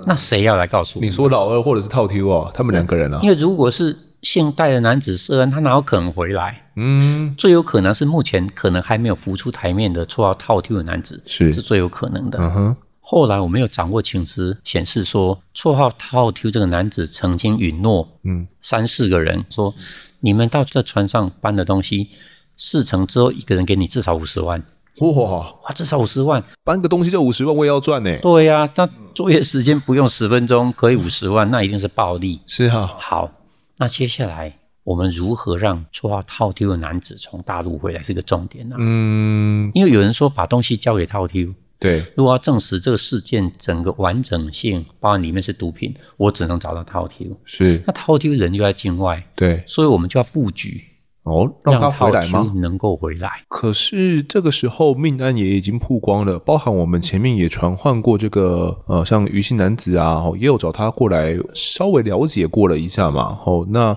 [SPEAKER 2] 那谁要来告诉我
[SPEAKER 1] 你
[SPEAKER 2] 们？
[SPEAKER 1] 说老二或者是套 Q 哦，他们两个人啊
[SPEAKER 2] 因，为如果是现代的男子涉案，他哪有可能回来？
[SPEAKER 1] 嗯，
[SPEAKER 2] 最有可能是目前可能还没有浮出台面的绰号“套 Q” 的男子，
[SPEAKER 1] 是
[SPEAKER 2] 是最有可能的。
[SPEAKER 1] 嗯哼，
[SPEAKER 2] 后来我们有掌握情资，显示说，绰号套 Q 这个男子曾经允诺，嗯，三四个人说，你们到这船上搬的东西，事成之后，一个人给你至少五十万，
[SPEAKER 1] 哇，
[SPEAKER 2] 哇，至少五十万，
[SPEAKER 1] 搬个东西就五十万，我也要赚呢。
[SPEAKER 2] 对呀、那作业时间不用十分钟，可以五十万，那一定是暴利。
[SPEAKER 1] 是啊，
[SPEAKER 2] 好，那接下来我们如何让绰号套 Q 的男子从大陆回来是个重点呢、
[SPEAKER 1] 嗯，
[SPEAKER 2] 因为有人说把东西交给套 Q，
[SPEAKER 1] 对，
[SPEAKER 2] 如果要证实这个事件整个完整性，包含里面是毒品，我只能找到套 Q。
[SPEAKER 1] 是，
[SPEAKER 2] 那套 Q 人就在境外，
[SPEAKER 1] 对，
[SPEAKER 2] 所以我们就要布局，
[SPEAKER 1] 哦，让他
[SPEAKER 2] 让套
[SPEAKER 1] 回来
[SPEAKER 2] Q
[SPEAKER 1] 吗？
[SPEAKER 2] 能够回来。
[SPEAKER 1] 可是这个时候命案也已经曝光了，包含我们前面也传唤过这个呃，像于姓男子啊，哦也有找他过来稍微了解过了一下嘛，哦，那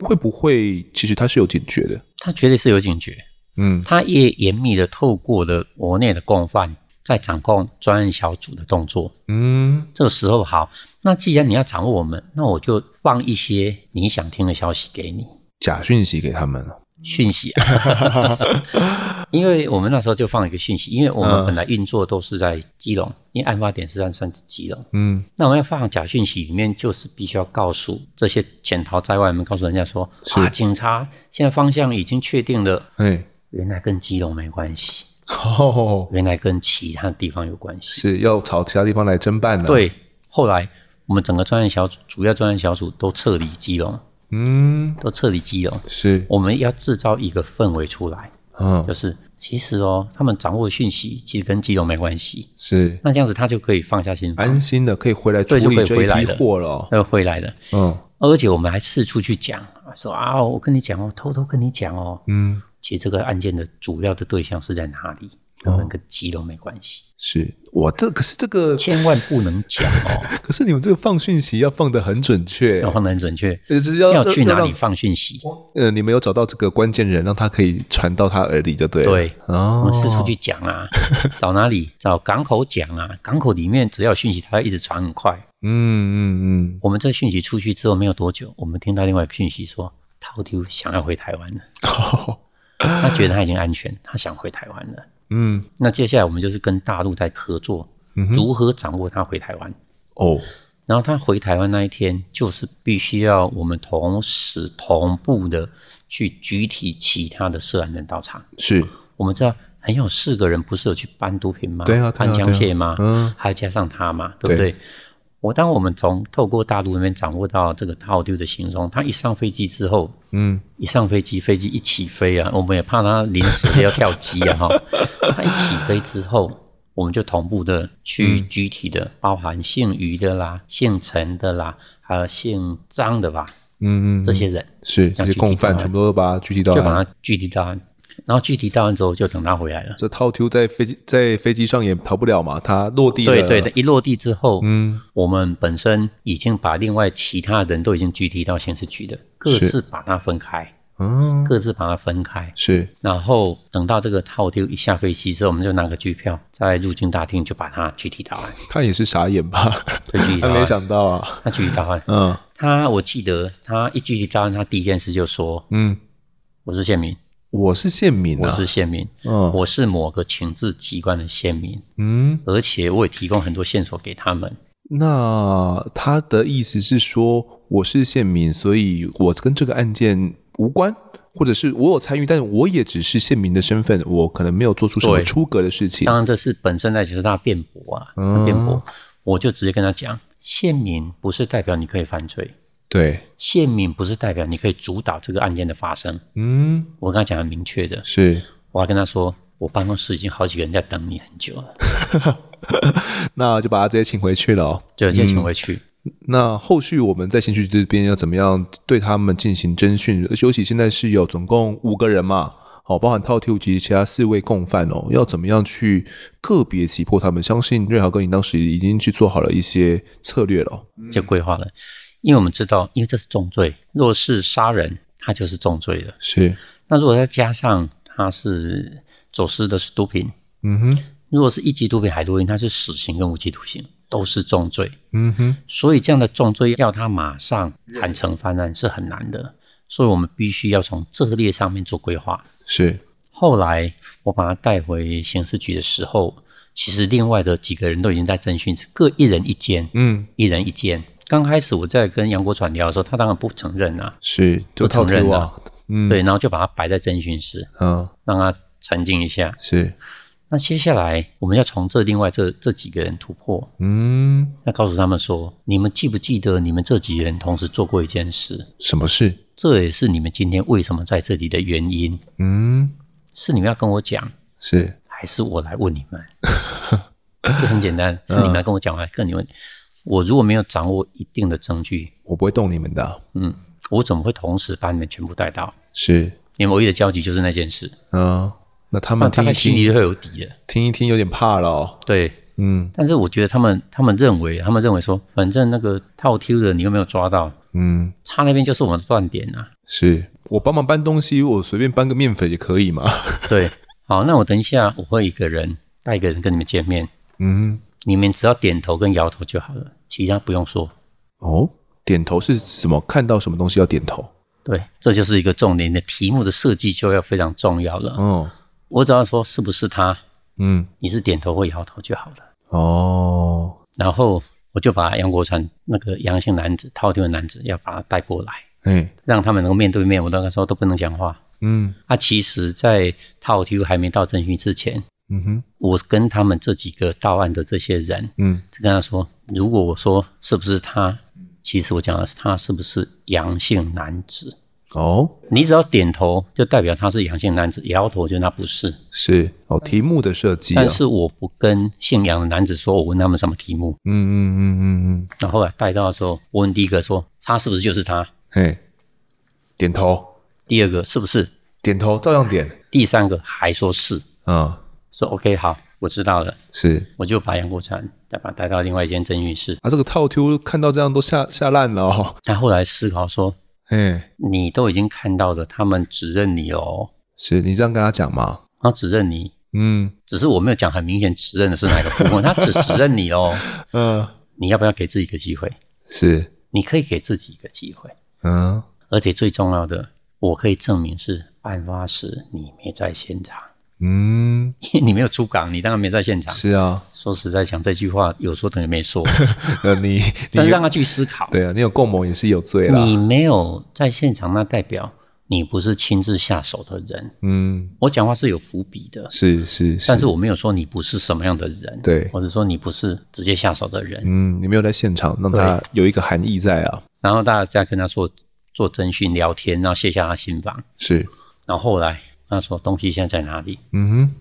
[SPEAKER 1] 会不会其实他是有警觉的？
[SPEAKER 2] 他绝对是有警觉，
[SPEAKER 1] 嗯，
[SPEAKER 2] 他也严密的透过了国内的共犯，在掌控专案小组的动作。
[SPEAKER 1] 嗯，
[SPEAKER 2] 这个时候好，那既然你要掌握我们，那我就放一些你想听的消息
[SPEAKER 1] [laughs]
[SPEAKER 2] 给你。
[SPEAKER 1] 假讯息给他们了，
[SPEAKER 2] 讯息、啊， [laughs] 因为我们那时候就放一个讯息，因为我们本来运作都是在基隆，因为案发点是在算是基隆，
[SPEAKER 1] 嗯，
[SPEAKER 2] 那我们要放假讯息里面，就是必须要告诉这些潜逃在外，我们告诉人家说
[SPEAKER 1] 是
[SPEAKER 2] 啊，警察现在方向已经确定了，
[SPEAKER 1] 哎，
[SPEAKER 2] 原来跟基隆没关系，
[SPEAKER 1] 哦，
[SPEAKER 2] 原来跟其他地方有关系。
[SPEAKER 1] 是要朝其他地方来侦办了，，
[SPEAKER 2] 对，后来我们整个专案小组，主要专案小组都撤离基隆，
[SPEAKER 1] 嗯，
[SPEAKER 2] 都撤离基隆，
[SPEAKER 1] 是，
[SPEAKER 2] 我们要制造一个氛围出来。
[SPEAKER 1] 嗯，
[SPEAKER 2] 就是其实哦，他们掌握的讯息其实跟基隆没关系，
[SPEAKER 1] 是
[SPEAKER 2] 那这样子他就可以放下心防，
[SPEAKER 1] 安心的可以回来处
[SPEAKER 2] 对就可
[SPEAKER 1] 理
[SPEAKER 2] 以
[SPEAKER 1] 这
[SPEAKER 2] 回来
[SPEAKER 1] 一批
[SPEAKER 2] 了
[SPEAKER 1] 货了哦，
[SPEAKER 2] 他就回来了。
[SPEAKER 1] 嗯，
[SPEAKER 2] 而且我们还四处去讲，说啊，我跟你讲哦，偷偷跟你讲哦，
[SPEAKER 1] 嗯，
[SPEAKER 2] 其实这个案件的主要的对象是在哪里，根
[SPEAKER 1] 哦
[SPEAKER 2] 本跟基隆没关系，
[SPEAKER 1] 是我这可是这个
[SPEAKER 2] 千万不能讲
[SPEAKER 1] [laughs]
[SPEAKER 2] 哦，
[SPEAKER 1] 可是你们这个放讯息要放的很准确，
[SPEAKER 2] 要放得很准确，
[SPEAKER 1] 呃就是要
[SPEAKER 2] 哦要去哪？里
[SPEAKER 1] 让
[SPEAKER 2] 放讯息，
[SPEAKER 1] 呃，你们有找到这个关键人，让他可以传到他耳里就对了。
[SPEAKER 2] 对。我
[SPEAKER 1] 哦
[SPEAKER 2] 们，四处去讲啊， [laughs] 找哪里？找港口讲啊，港口里面只要有讯息，它一直传很快。
[SPEAKER 1] 嗯嗯嗯，
[SPEAKER 2] 我们这讯息出去之后没有多久，我们听到另外一个讯息说，陶丢想要回台湾了，他觉得他已经安
[SPEAKER 1] [laughs]
[SPEAKER 2] 全，他想回台湾了。
[SPEAKER 1] 嗯
[SPEAKER 2] 那接下来我们就是跟大陆在合作，如何掌握他回台湾。
[SPEAKER 1] 哦，
[SPEAKER 2] 然后他回台湾那一天，就是必须要我们同时同步的去举体其他的涉案人到场。
[SPEAKER 1] 是
[SPEAKER 2] 我们知道很有四个人不是有去搬毒品吗？
[SPEAKER 1] 对啊对啊
[SPEAKER 2] 搬枪械吗？
[SPEAKER 1] 对啊嗯，
[SPEAKER 2] 还加上他嘛，对不对？我当我们从透过大陆那边掌握到这个套丢的行踪，他一上飞机之后，嗯，一上飞机，飞机一起飞啊，我们也怕他临时的要跳机啊
[SPEAKER 1] [laughs]
[SPEAKER 2] 哈。他一起飞之后，我们就同步的去
[SPEAKER 1] 嗯
[SPEAKER 2] 具体的，包含姓余的啦、姓陈的啦，还有姓张的吧，
[SPEAKER 1] 嗯嗯
[SPEAKER 2] 这些人
[SPEAKER 1] 是这些共犯全部都把他具体到
[SPEAKER 2] 就把他具体到案，然后具体到案之后就等他回来了。
[SPEAKER 1] 这套 Q 在飞机在飞机上也逃不了嘛，他落地了。
[SPEAKER 2] 对对的，一落地之后，嗯，我们本身已经把另外其他人都已经具体到刑事局的，各自把它分开，
[SPEAKER 1] 嗯，
[SPEAKER 2] 各自把它分开。
[SPEAKER 1] 是
[SPEAKER 2] 然后等到这个套丢一下飞机之后，我们就拿个机票，在入境大厅就把它具体到案，
[SPEAKER 1] 他也是傻眼吧？
[SPEAKER 2] 就具体
[SPEAKER 1] [laughs] 他
[SPEAKER 2] 到
[SPEAKER 1] 没
[SPEAKER 2] 案，
[SPEAKER 1] 想到啊，
[SPEAKER 2] 他具体到案。
[SPEAKER 1] 嗯
[SPEAKER 2] 他我记得他一具体到案，他第一件事就说
[SPEAKER 1] 嗯，
[SPEAKER 2] 我是县民，
[SPEAKER 1] 我是县民
[SPEAKER 2] 我
[SPEAKER 1] 啊，
[SPEAKER 2] 是县民，
[SPEAKER 1] 嗯
[SPEAKER 2] 我是某个情治机关的县民，
[SPEAKER 1] 嗯，
[SPEAKER 2] 而且我也提供很多线索给他们。
[SPEAKER 1] 那他的意思是说，我是县民，所以我跟这个案件无关，或者是我有参与，但我也只是县民的身份，我可能没有做出什么
[SPEAKER 2] 对
[SPEAKER 1] 出格的事情
[SPEAKER 2] 当。然，这是本身在其实他辩驳啊，他辩驳，我就直接跟他讲，县民不是代表你可以犯罪，
[SPEAKER 1] 对，
[SPEAKER 2] 县民不是代表你可以主导这个案件的发生。
[SPEAKER 1] 嗯，
[SPEAKER 2] 我跟他讲很明确的，
[SPEAKER 1] 是。
[SPEAKER 2] 我还跟他说，我办公室已经好几个人在等你很久了，
[SPEAKER 1] 那就把他直接请回去了哦、
[SPEAKER 2] 就直接请回去。
[SPEAKER 1] 那后续我们在新区这边要怎么样对他们进行侦讯？而且尤其现在是有总共五个人嘛，哦，包含套 T 及其他四位共犯哦，要怎么样去个别击破他们？相信瑞豪哥你当时已经去做好了一些策略了哦。
[SPEAKER 2] 就规划了。因为我们知道，因为这是重罪，若是杀人，他就是重罪了。
[SPEAKER 1] 是，
[SPEAKER 2] 那如果再加上他是走私的是毒品，
[SPEAKER 1] 嗯哼，
[SPEAKER 2] 如果是一级毒品、海洛因，他是死刑跟无期徒刑，都是重罪。
[SPEAKER 1] 嗯哼，
[SPEAKER 2] 所以这样的重罪要他马上坦诚犯案是很难的，所以我们必须要从这个列上面做规划。
[SPEAKER 1] 是，
[SPEAKER 2] 后来我把他带回刑事局的时候，其实另外的几个人都已经在侦讯，各一人一间，
[SPEAKER 1] 嗯，
[SPEAKER 2] 一人一间。刚开始我在跟杨国传聊的时候，他当然不承认啊，
[SPEAKER 1] 是，就
[SPEAKER 2] 不
[SPEAKER 1] 套
[SPEAKER 2] 承
[SPEAKER 1] T
[SPEAKER 2] 认
[SPEAKER 1] 啊，
[SPEAKER 2] 啊对，然后就把他摆在侦讯室，
[SPEAKER 1] 嗯，
[SPEAKER 2] 让他沉静一下。
[SPEAKER 1] 是，
[SPEAKER 2] 那接下来我们要从这另外这这几个人突破，
[SPEAKER 1] 嗯，
[SPEAKER 2] 那告诉他们说，你们记不记得你们这几个人同时做过一件事？
[SPEAKER 1] 什么事？
[SPEAKER 2] 这也是你们今天为什么在这里的原因，
[SPEAKER 1] 嗯，
[SPEAKER 2] 是你们要跟我讲，
[SPEAKER 1] 是，
[SPEAKER 2] 还是我来问你 [laughs] 们？就很简单，是你们来跟我讲，我来跟你们。我如果没有掌握一定的证据，
[SPEAKER 1] 我不会动你们的啊、
[SPEAKER 2] 嗯，我怎么会同时把你们全部带到？
[SPEAKER 1] 是，
[SPEAKER 2] 你们唯一的交集就是那件事，
[SPEAKER 1] 嗯，那他
[SPEAKER 2] 那
[SPEAKER 1] 们
[SPEAKER 2] 大
[SPEAKER 1] 听一
[SPEAKER 2] 概心
[SPEAKER 1] 听，
[SPEAKER 2] 里就会有底了。
[SPEAKER 1] 听一听有点怕了、哦，
[SPEAKER 2] 对，
[SPEAKER 1] 嗯
[SPEAKER 2] 但是我觉得他们他们认为，他们认为说，反正那个套 Q 的你又没有抓到，
[SPEAKER 1] 嗯。
[SPEAKER 2] 他那边就是我们的断点啊。
[SPEAKER 1] 是我帮忙搬东西，我随便搬个面粉也可以嘛？ [laughs]
[SPEAKER 2] 对，好，那我等一下我会一个人带一个人跟你们见面，
[SPEAKER 1] 嗯，
[SPEAKER 2] 你们只要点头跟摇头就好了，其他不用说。
[SPEAKER 1] 哦，点头是什么？看到什么东西要点头？
[SPEAKER 2] 对，这就是一个重点，你的题目的设计就要非常重要了。
[SPEAKER 1] 哦，
[SPEAKER 2] 我只要说是不是他，
[SPEAKER 1] 嗯，
[SPEAKER 2] 你是点头或摇头就好了。
[SPEAKER 1] 哦，
[SPEAKER 2] 然后我就把杨国成那个阳性男子、套丁的男子，要把他带过来，
[SPEAKER 1] 哎、
[SPEAKER 2] 让他们能够面对面。我那个时候都不能讲话。
[SPEAKER 1] 嗯
[SPEAKER 2] 啊，其实，在套丁还没到侦讯之前，
[SPEAKER 1] 嗯哼，
[SPEAKER 2] 我跟他们这几个到案的这些人，
[SPEAKER 1] 嗯，
[SPEAKER 2] 就跟他说，如果我说是不是他，其实我讲的是他是不是阳性男子。
[SPEAKER 1] 哦，
[SPEAKER 2] 你只要点头，就代表他是阳性男子；摇头，就那不是。
[SPEAKER 1] 是哦，题目的设计啊，
[SPEAKER 2] 但是我不跟姓杨的男子说，我问他们什么题目。
[SPEAKER 1] 嗯嗯嗯嗯嗯，
[SPEAKER 2] 然后后来带到的时候，我问第一个说他是不是就是他，
[SPEAKER 1] 哎、点头，
[SPEAKER 2] 第二个是不是，
[SPEAKER 1] 点头，照样点，
[SPEAKER 2] 第三个还说是，
[SPEAKER 1] 嗯，
[SPEAKER 2] 说 OK 好，我知道了，
[SPEAKER 1] 是
[SPEAKER 2] 我就把杨国成再把他带到另外一间侦讯室。
[SPEAKER 1] 啊，这个套 Q 看到这样都吓吓烂了哦，
[SPEAKER 2] 他后来思考说，
[SPEAKER 1] 哎、
[SPEAKER 2] 你都已经看到了，他们指认你哦，
[SPEAKER 1] 是你这样跟他讲嘛？
[SPEAKER 2] 他指认你，
[SPEAKER 1] 嗯
[SPEAKER 2] 只是我没有讲很明显指认的是哪个部分，他只指认你哦，
[SPEAKER 1] 嗯、
[SPEAKER 2] 你要不要给自己一个机会？
[SPEAKER 1] 是
[SPEAKER 2] 你可以给自己一个机会，
[SPEAKER 1] 嗯
[SPEAKER 2] 而且最重要的，我可以证明是案发时你没在现场，
[SPEAKER 1] 嗯，
[SPEAKER 2] 因为你没有出港，你当然没在现场。
[SPEAKER 1] 是啊，
[SPEAKER 2] 说实在讲，这句话有说等于没说，
[SPEAKER 1] 那你
[SPEAKER 2] 但
[SPEAKER 1] 你
[SPEAKER 2] 是让他去思考。
[SPEAKER 1] 对啊，你有共谋也是有罪啦。
[SPEAKER 2] 你没有在现场，那代表你不是亲自下手的人。
[SPEAKER 1] 嗯，
[SPEAKER 2] 我讲话是有伏笔的，
[SPEAKER 1] 是是是
[SPEAKER 2] 但，是我没有说你不是什么样的人，
[SPEAKER 1] 对
[SPEAKER 2] 我是说你不是直接下手的人。
[SPEAKER 1] 嗯，你没有在现场，让他有一个含义在啊。
[SPEAKER 2] 然后大家跟他做做征询聊天，然后卸下他心防。
[SPEAKER 1] 是，
[SPEAKER 2] 然后后来他说东西现在在哪里？
[SPEAKER 1] 嗯哼，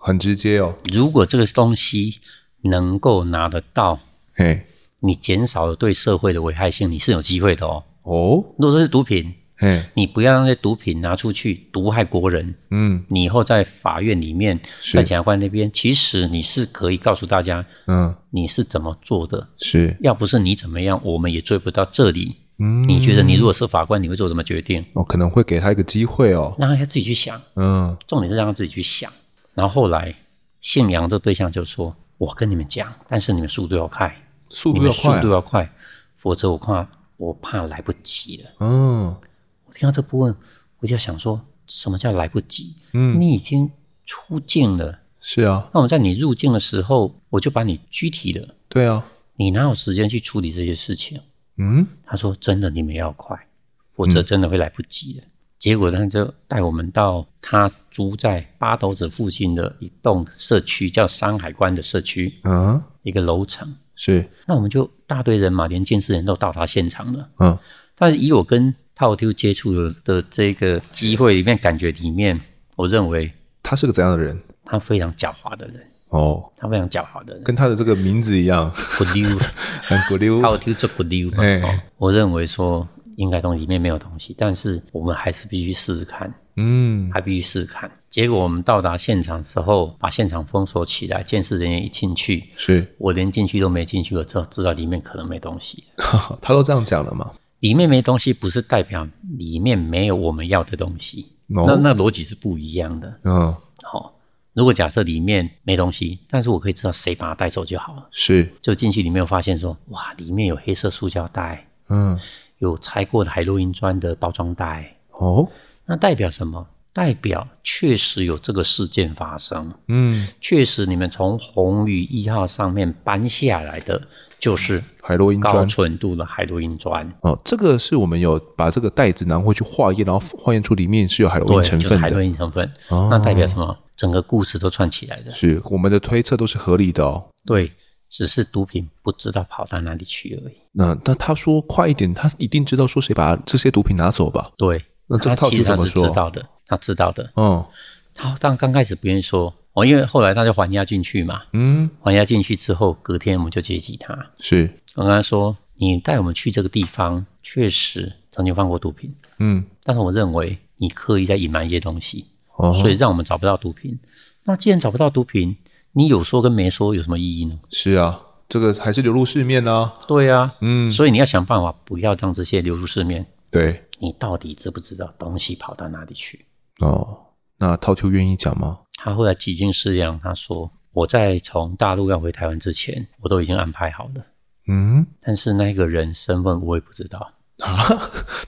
[SPEAKER 1] 很直接哦。
[SPEAKER 2] 如果这个东西能够拿得到，
[SPEAKER 1] 嘿，
[SPEAKER 2] 你减少了对社会的危害性，你是有机会的哦。
[SPEAKER 1] 哦，
[SPEAKER 2] 如果这是毒品，
[SPEAKER 1] 嘿，
[SPEAKER 2] 你不要让那些毒品拿出去毒害国人。
[SPEAKER 1] 嗯
[SPEAKER 2] 你以后在法院里面，在检察官那边，其实你是可以告诉大家
[SPEAKER 1] 嗯，
[SPEAKER 2] 你是怎么做的。
[SPEAKER 1] 是
[SPEAKER 2] 要不是你怎么样，我们也追不到这里。
[SPEAKER 1] 嗯
[SPEAKER 2] 你觉得你如果是法官，你会做什么决定？
[SPEAKER 1] 哦，可能会给他一个机会哦。
[SPEAKER 2] 让他自己去想。
[SPEAKER 1] 嗯，
[SPEAKER 2] 重点是让他自己去想。然后后来，信阳这对象就说：“我跟你们讲，但是你们速度要快，
[SPEAKER 1] 速
[SPEAKER 2] 你
[SPEAKER 1] 度
[SPEAKER 2] 们
[SPEAKER 1] 要
[SPEAKER 2] 速
[SPEAKER 1] 快
[SPEAKER 2] 度
[SPEAKER 1] 啊。
[SPEAKER 2] 要快，否则我怕我怕来不及了。
[SPEAKER 1] 嗯，”
[SPEAKER 2] 我听到这部分，我就想说，什么叫来不及？嗯，你已经出境了，
[SPEAKER 1] 是啊，
[SPEAKER 2] 那我在你入境的时候，我就把你拘提了，
[SPEAKER 1] 对啊，
[SPEAKER 2] 你哪有时间去处理这些事情？
[SPEAKER 1] 嗯，
[SPEAKER 2] 他说：“真的，你们要快，否则真的会来不及的。结果他就带我们到他租在八斗子附近的一栋社区，叫山海关的社区，
[SPEAKER 1] 嗯，
[SPEAKER 2] 一个楼层。
[SPEAKER 1] 是，
[SPEAKER 2] 那我们就大队人马，连监视人都到达现场了。
[SPEAKER 1] 嗯，
[SPEAKER 2] 但是以我跟套丢接触的的这个机会里面，感觉里面，我认为
[SPEAKER 1] 他是个怎样的人？
[SPEAKER 2] 他非常狡猾的人，
[SPEAKER 1] 哦，
[SPEAKER 2] 他非常狡猾的人，
[SPEAKER 1] 跟他的这个名字一
[SPEAKER 2] [laughs]
[SPEAKER 1] 样，
[SPEAKER 2] 不溜，
[SPEAKER 1] 很古溜。
[SPEAKER 2] 套丢就不溜嘛。
[SPEAKER 1] 哎
[SPEAKER 2] 哦我认为说应该东西里面没有东西，但是我们还是必须试试看。
[SPEAKER 1] 嗯，
[SPEAKER 2] 还必须试看。结果我们到达现场之后，把现场封锁起来，监视人员一进去，
[SPEAKER 1] 是， [laughs]
[SPEAKER 2] 我连进去都没进去，我就知道里面可能没东西。
[SPEAKER 1] 他都这样讲了嘛？
[SPEAKER 2] 里面没东西不是代表里面没有我们要的东西，
[SPEAKER 1] 哦
[SPEAKER 2] 那那逻辑是不一样的。
[SPEAKER 1] 嗯，
[SPEAKER 2] 好、如果假设里面没东西，但是我可以知道谁把它带走就好了。
[SPEAKER 1] 是，
[SPEAKER 2] 就进去里面，我发现说，哇，里面有黑色塑胶袋，
[SPEAKER 1] 嗯，
[SPEAKER 2] 有拆过的海洛因砖的包装袋，
[SPEAKER 1] 哦，
[SPEAKER 2] 那代表什么？代表确实有这个事件发生。
[SPEAKER 1] 嗯，
[SPEAKER 2] 确实，你们从红宇一号上面搬下来的就是
[SPEAKER 1] 海洛因
[SPEAKER 2] 高
[SPEAKER 1] 砖。
[SPEAKER 2] 纯度的海洛因砖，
[SPEAKER 1] 哦，这个是我们有把这个袋子拿回去化验，然后化验出里面是有海洛
[SPEAKER 2] 对，
[SPEAKER 1] 因成
[SPEAKER 2] 就是
[SPEAKER 1] 分
[SPEAKER 2] 海
[SPEAKER 1] 的哦
[SPEAKER 2] 洛，因成分。那代表什么？整个故事都串起来的。
[SPEAKER 1] 是我们的推测都是合理的哦。
[SPEAKER 2] 对，只是毒品不知道跑到哪里去而已。
[SPEAKER 1] 那那他说快一点，他一定知道说谁把这些毒品拿走吧？
[SPEAKER 2] 对，
[SPEAKER 1] 那这
[SPEAKER 2] 他
[SPEAKER 1] 个套
[SPEAKER 2] 其
[SPEAKER 1] 题
[SPEAKER 2] 实他
[SPEAKER 1] 怎么
[SPEAKER 2] 是
[SPEAKER 1] 说
[SPEAKER 2] 知？道的，他知道的。
[SPEAKER 1] 嗯
[SPEAKER 2] 他但刚开始不愿意说哦，因为后来他就还押进去嘛。
[SPEAKER 1] 嗯，
[SPEAKER 2] 还押进去之后，隔天我们就接济他。
[SPEAKER 1] 是，
[SPEAKER 2] 我跟他说：“你带我们去这个地方，确实曾经放过毒品，
[SPEAKER 1] 嗯
[SPEAKER 2] 但是我认为你刻意在隐瞒一些东西。”
[SPEAKER 1] 哦，
[SPEAKER 2] 所以让我们找不到毒品。那既然找不到毒品，你有说跟没说有什么意义呢？
[SPEAKER 1] 是啊，这个还是流入市面啊。
[SPEAKER 2] 对啊，
[SPEAKER 1] 嗯，
[SPEAKER 2] 所以你要想办法不要让这些流入市面。
[SPEAKER 1] 对
[SPEAKER 2] 你到底知不知道东西跑到哪里去？
[SPEAKER 1] 哦，那套秋愿意讲吗？
[SPEAKER 2] 他后来几经思量，他说：“我在从大陆要回台湾之前，我都已经安排好了，
[SPEAKER 1] 嗯，
[SPEAKER 2] 但是那个人身份我也不知道，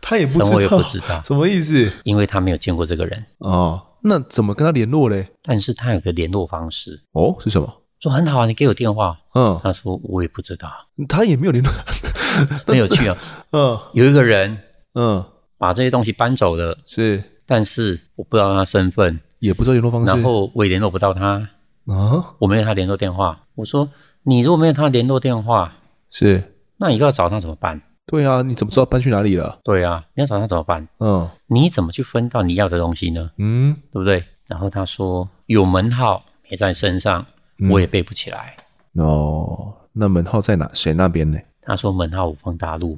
[SPEAKER 1] 他也不
[SPEAKER 2] 什么我
[SPEAKER 1] 知
[SPEAKER 2] 也
[SPEAKER 1] 道
[SPEAKER 2] 不，知道，
[SPEAKER 1] [laughs] 什么意思？
[SPEAKER 2] 因为他没有见过这个人。
[SPEAKER 1] 哦，那怎么跟他联络嘞？
[SPEAKER 2] 但是他有个联络方式，
[SPEAKER 1] 哦，是什么？
[SPEAKER 2] 说很好啊，你给我电话。
[SPEAKER 1] 嗯，
[SPEAKER 2] 他说我也不知道，
[SPEAKER 1] 他也没有联络。 [laughs]
[SPEAKER 2] 很有趣啊。
[SPEAKER 1] 嗯
[SPEAKER 2] 有一个人
[SPEAKER 1] 嗯，
[SPEAKER 2] 把这些东西搬走了，
[SPEAKER 1] 是
[SPEAKER 2] 但是我不知道他身份，
[SPEAKER 1] 也不知道联络方式。
[SPEAKER 2] 然后我也联络不到他，
[SPEAKER 1] 啊，
[SPEAKER 2] 我没有他联络电话。我说你如果没有他联络电话，
[SPEAKER 1] 是
[SPEAKER 2] 那你要找他怎么办？
[SPEAKER 1] 对啊，你怎么知道搬去哪里了？
[SPEAKER 2] 对啊，你要找他怎么办？
[SPEAKER 1] 嗯
[SPEAKER 2] 你怎么去分到你要的东西呢？
[SPEAKER 1] 嗯，
[SPEAKER 2] 对不对？然后他说有门号没在身上，
[SPEAKER 1] 嗯
[SPEAKER 2] 我也背不起来。
[SPEAKER 1] 哦，那门号在哪？谁那边呢？
[SPEAKER 2] 他说门号我放大陆，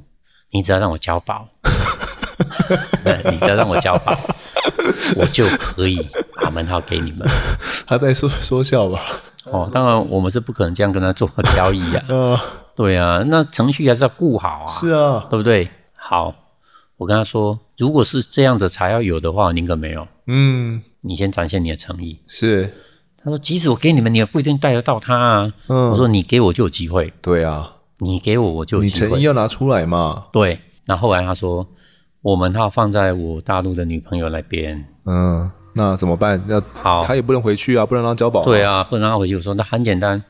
[SPEAKER 2] 你只要让我交
[SPEAKER 1] [laughs]
[SPEAKER 2] 保，你只要让我交保，我就可以把门号给你
[SPEAKER 1] [laughs]
[SPEAKER 2] 们。
[SPEAKER 1] 他在说说笑 [laughs] 吧？
[SPEAKER 2] 哦，当然我们是不可能这样跟他做交易
[SPEAKER 1] [laughs]
[SPEAKER 2] 啊。
[SPEAKER 1] 嗯、
[SPEAKER 2] 对啊，那程序还是要顾好啊，
[SPEAKER 1] 是啊，
[SPEAKER 2] 对不对？好，我跟他说，如果是这样子才要有的话，我宁可没有。
[SPEAKER 1] 嗯，
[SPEAKER 2] 你先展现你的诚意。
[SPEAKER 1] 是，
[SPEAKER 2] 他说，即使我给你们，你也不一定带得到他啊。
[SPEAKER 1] 嗯
[SPEAKER 2] 我说，你给我就有机会，
[SPEAKER 1] 对啊，
[SPEAKER 2] 你给我我就有
[SPEAKER 1] 你
[SPEAKER 2] 机
[SPEAKER 1] 诚意
[SPEAKER 2] 会。
[SPEAKER 1] 要拿出来嘛。
[SPEAKER 2] 对，那后来他说，我门号放在我大陆的女朋友那边。
[SPEAKER 1] 嗯，那怎么办？要
[SPEAKER 2] 好
[SPEAKER 1] 他也不能回去啊，不能让他交保、
[SPEAKER 2] 对
[SPEAKER 1] 啊，
[SPEAKER 2] 啊，不能让他回去。我说，那很简单，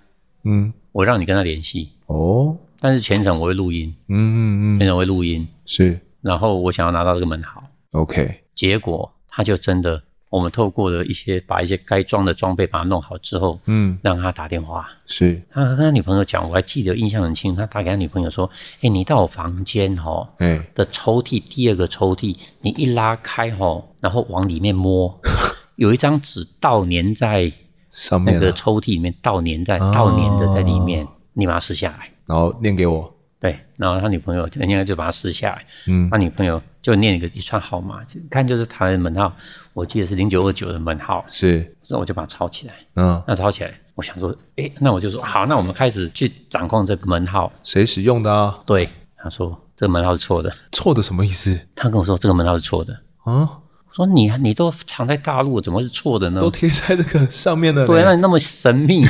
[SPEAKER 1] 嗯，
[SPEAKER 2] 我让你跟他联系，
[SPEAKER 1] 哦，
[SPEAKER 2] 但是全程我会录音，
[SPEAKER 1] 嗯嗯嗯，
[SPEAKER 2] 全程我会录音。
[SPEAKER 1] 是
[SPEAKER 2] 然后我想要拿到这个门号，
[SPEAKER 1] ，OK，
[SPEAKER 2] 结果他就真的，我们透过了一些把一些该装的装备把它弄好之后，
[SPEAKER 1] 嗯，
[SPEAKER 2] 让他打电话。
[SPEAKER 1] 是，
[SPEAKER 2] 他跟他女朋友讲，我还记得印象很清，他打给他女朋友说：“哎、你到我房间哦
[SPEAKER 1] 哎、
[SPEAKER 2] 的抽屉第二个抽屉，你一拉开哦，然后往里面摸，有一张纸倒粘在
[SPEAKER 1] 上
[SPEAKER 2] 那
[SPEAKER 1] 面、
[SPEAKER 2] 个
[SPEAKER 1] 啊，
[SPEAKER 2] 抽屉里面，倒粘在倒粘着在里面，你把它撕下来。”
[SPEAKER 1] 然后念给我，
[SPEAKER 2] 对，然后他女朋友就应该就把它撕下来，
[SPEAKER 1] 嗯
[SPEAKER 2] 他女朋友就念一个一串号码，就看就是他的门号，我记得是零九二九的门号，
[SPEAKER 1] 是，
[SPEAKER 2] 所以我就把它抄起来。
[SPEAKER 1] 嗯，
[SPEAKER 2] 那抄起来，我想说，诶，那我就说好，那我们开始去掌控这个门号。
[SPEAKER 1] 谁使用的啊？
[SPEAKER 2] 对，他说这个门号是错的，
[SPEAKER 1] 错的什么意思
[SPEAKER 2] 他跟我说这个门号是错的。
[SPEAKER 1] 啊？
[SPEAKER 2] 我说你你都藏在大陆，怎么会是错的呢
[SPEAKER 1] 都？贴在这个上面了。
[SPEAKER 2] 对，，那你那么神
[SPEAKER 1] [laughs]
[SPEAKER 2] 秘。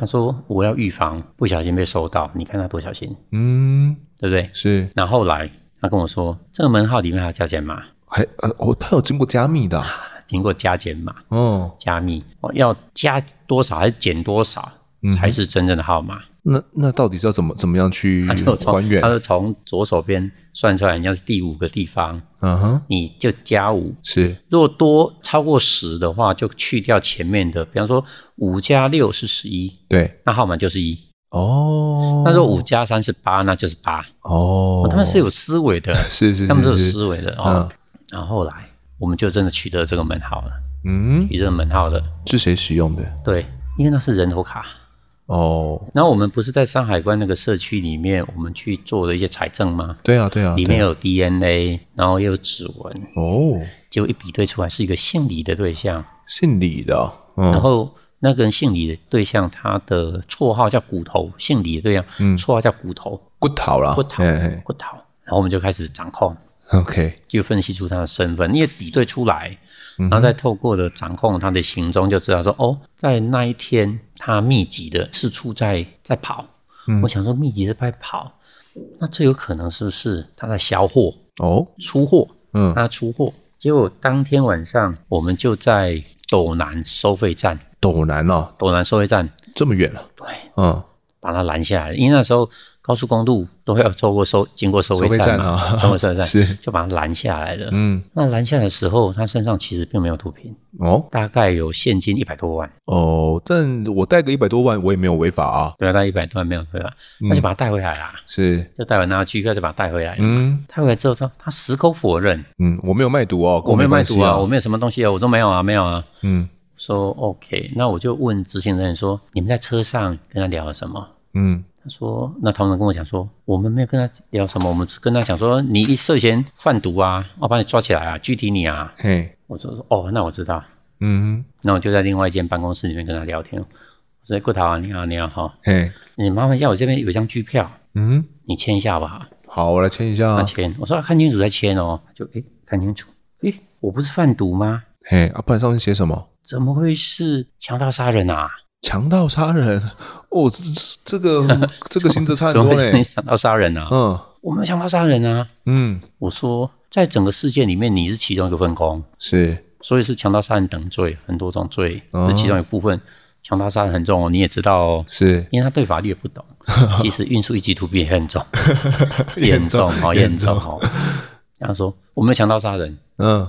[SPEAKER 2] 他说我要预防不小心被收到，你看他多小心，
[SPEAKER 1] 嗯，
[SPEAKER 2] 对不对？
[SPEAKER 1] 是，
[SPEAKER 2] 然后后来他跟我说，这个门号里面还有加减码，
[SPEAKER 1] 还呃，哦，它有经过加密的啊、
[SPEAKER 2] 经过加减码，
[SPEAKER 1] 哦，嗯
[SPEAKER 2] 加密，哦，要加多少还是减多少才是真正的号码？
[SPEAKER 1] 那那到底是要怎么怎么样去
[SPEAKER 2] 他就
[SPEAKER 1] 嗯
[SPEAKER 2] 从
[SPEAKER 1] 还原
[SPEAKER 2] 他？就从左手边算出来，你要是第五个地方，
[SPEAKER 1] 嗯哼，
[SPEAKER 2] 你就加五。
[SPEAKER 1] 是
[SPEAKER 2] 如果多超过十的话，就去掉前面的，比方说五加六是十一，
[SPEAKER 1] 对
[SPEAKER 2] 那号码就是一。
[SPEAKER 1] 哦。
[SPEAKER 2] 那如果五加三是八，那就是八。
[SPEAKER 1] 哦，
[SPEAKER 2] 他们是有思维的，
[SPEAKER 1] 是是
[SPEAKER 2] 他们是有
[SPEAKER 1] 哦是是
[SPEAKER 2] 思维的哦。然后后来我们就真的取得这个门号了，
[SPEAKER 1] 嗯，
[SPEAKER 2] 取得门号了。
[SPEAKER 1] 是谁使用的？
[SPEAKER 2] 对，因为那是人头卡。
[SPEAKER 1] 哦，
[SPEAKER 2] 然后我们不是在山海关那个社区里面，我们去做了一些财政吗？
[SPEAKER 1] 对啊对啊，
[SPEAKER 2] 里面
[SPEAKER 1] 对啊
[SPEAKER 2] 有 DNA，然后也有指纹，
[SPEAKER 1] 哦，
[SPEAKER 2] 结果一比对出来是一个姓李的对象，
[SPEAKER 1] 姓李的啊，
[SPEAKER 2] 然
[SPEAKER 1] 嗯，
[SPEAKER 2] 后那个人姓李的对象，他的绰号叫骨头，姓李的对象，绰号叫骨头，
[SPEAKER 1] 骨头啦，
[SPEAKER 2] 骨头
[SPEAKER 1] 嗯嘿嘿，
[SPEAKER 2] 骨头。然后我们就开始掌控，
[SPEAKER 1] ，OK，
[SPEAKER 2] 就分析出他的身份，因为比对出来，
[SPEAKER 1] 嗯
[SPEAKER 2] 然后再透过的掌控他的行踪，就知道说，哦，在那一天他密集的四处在在跑。
[SPEAKER 1] 嗯
[SPEAKER 2] 我想说，密集的在跑，那最有可能是不是他在销货、
[SPEAKER 1] 哦，
[SPEAKER 2] 出货？
[SPEAKER 1] 嗯
[SPEAKER 2] 他出货。结果当天晚上，我们就在斗南收费站，
[SPEAKER 1] 斗南哦，
[SPEAKER 2] 斗南收费站，
[SPEAKER 1] 这么远了，
[SPEAKER 2] 对，
[SPEAKER 1] 嗯，
[SPEAKER 2] 把他拦下来，因为那时候高速公路都要透过收经过收费站嘛，
[SPEAKER 1] 收费站啊
[SPEAKER 2] 通过收费
[SPEAKER 1] [laughs]
[SPEAKER 2] 站
[SPEAKER 1] 是
[SPEAKER 2] 就把他拦下来了。
[SPEAKER 1] 嗯，
[SPEAKER 2] 那拦下来的时候，他身上其实并没有毒品，
[SPEAKER 1] 哦
[SPEAKER 2] 大概有现金一百多万，
[SPEAKER 1] 哦，但我带个一百多万，我也没有违法啊，
[SPEAKER 2] 对啊，大概一百多万没有对吧？那就把他带回来啦，
[SPEAKER 1] 是，
[SPEAKER 2] 就带回来拿去，就把他带回来。
[SPEAKER 1] 嗯
[SPEAKER 2] 带回来之后，他他矢口否认，
[SPEAKER 1] 嗯，我没有卖毒哦，跟
[SPEAKER 2] 我没有卖
[SPEAKER 1] 关
[SPEAKER 2] 毒
[SPEAKER 1] 系
[SPEAKER 2] 啊，我没有什么东西啊，我都没有啊，没有啊。
[SPEAKER 1] 嗯
[SPEAKER 2] 说 OK，那我就问执行人员说，你们在车上跟他聊了什么？
[SPEAKER 1] 嗯，
[SPEAKER 2] 他说：“那同仁跟我讲说，我们没有跟他聊什么，我们只跟他讲说，你一涉嫌贩毒啊，我把你抓起来啊，拘提你啊。
[SPEAKER 1] 嘿，”
[SPEAKER 2] 我就说：“哦，那我知道。
[SPEAKER 1] 嗯”
[SPEAKER 2] 那我就在另外一间办公室里面跟他聊天。我说：“顾桃啊，你好，你好哈，
[SPEAKER 1] 嘿，
[SPEAKER 2] 你麻烦一下，我这边有一张支票，
[SPEAKER 1] 嗯，
[SPEAKER 2] 你签一下好不好？”
[SPEAKER 1] 好，我来签一下
[SPEAKER 2] 他
[SPEAKER 1] 啊，
[SPEAKER 2] 签，我说：“看清楚再签哦。”就诶，看清楚，诶，我不是贩毒吗？
[SPEAKER 1] 嘿，啊，不然上面写什么？
[SPEAKER 2] 怎么会是强盗杀人啊？
[SPEAKER 1] 强盗杀人哦，这这这个这个刑责差很
[SPEAKER 2] [laughs] 怎么
[SPEAKER 1] 多
[SPEAKER 2] 会是
[SPEAKER 1] 嘞。
[SPEAKER 2] 强盗杀人啊？
[SPEAKER 1] 嗯
[SPEAKER 2] 我没有强盗杀人啊！
[SPEAKER 1] 嗯，
[SPEAKER 2] 我说，在整个事件里面，你是其中一个分工。
[SPEAKER 1] 是
[SPEAKER 2] 所以是强盗杀人等罪，很多种罪，
[SPEAKER 1] 哦
[SPEAKER 2] 这其中一部分强盗杀人很重哦，你也知道哦，
[SPEAKER 1] 是，
[SPEAKER 2] 因为他对法律也不懂。其实运输一级毒 [laughs] 品也很重，也很重哦，也很重哦。然后说我没有强盗杀人，
[SPEAKER 1] 嗯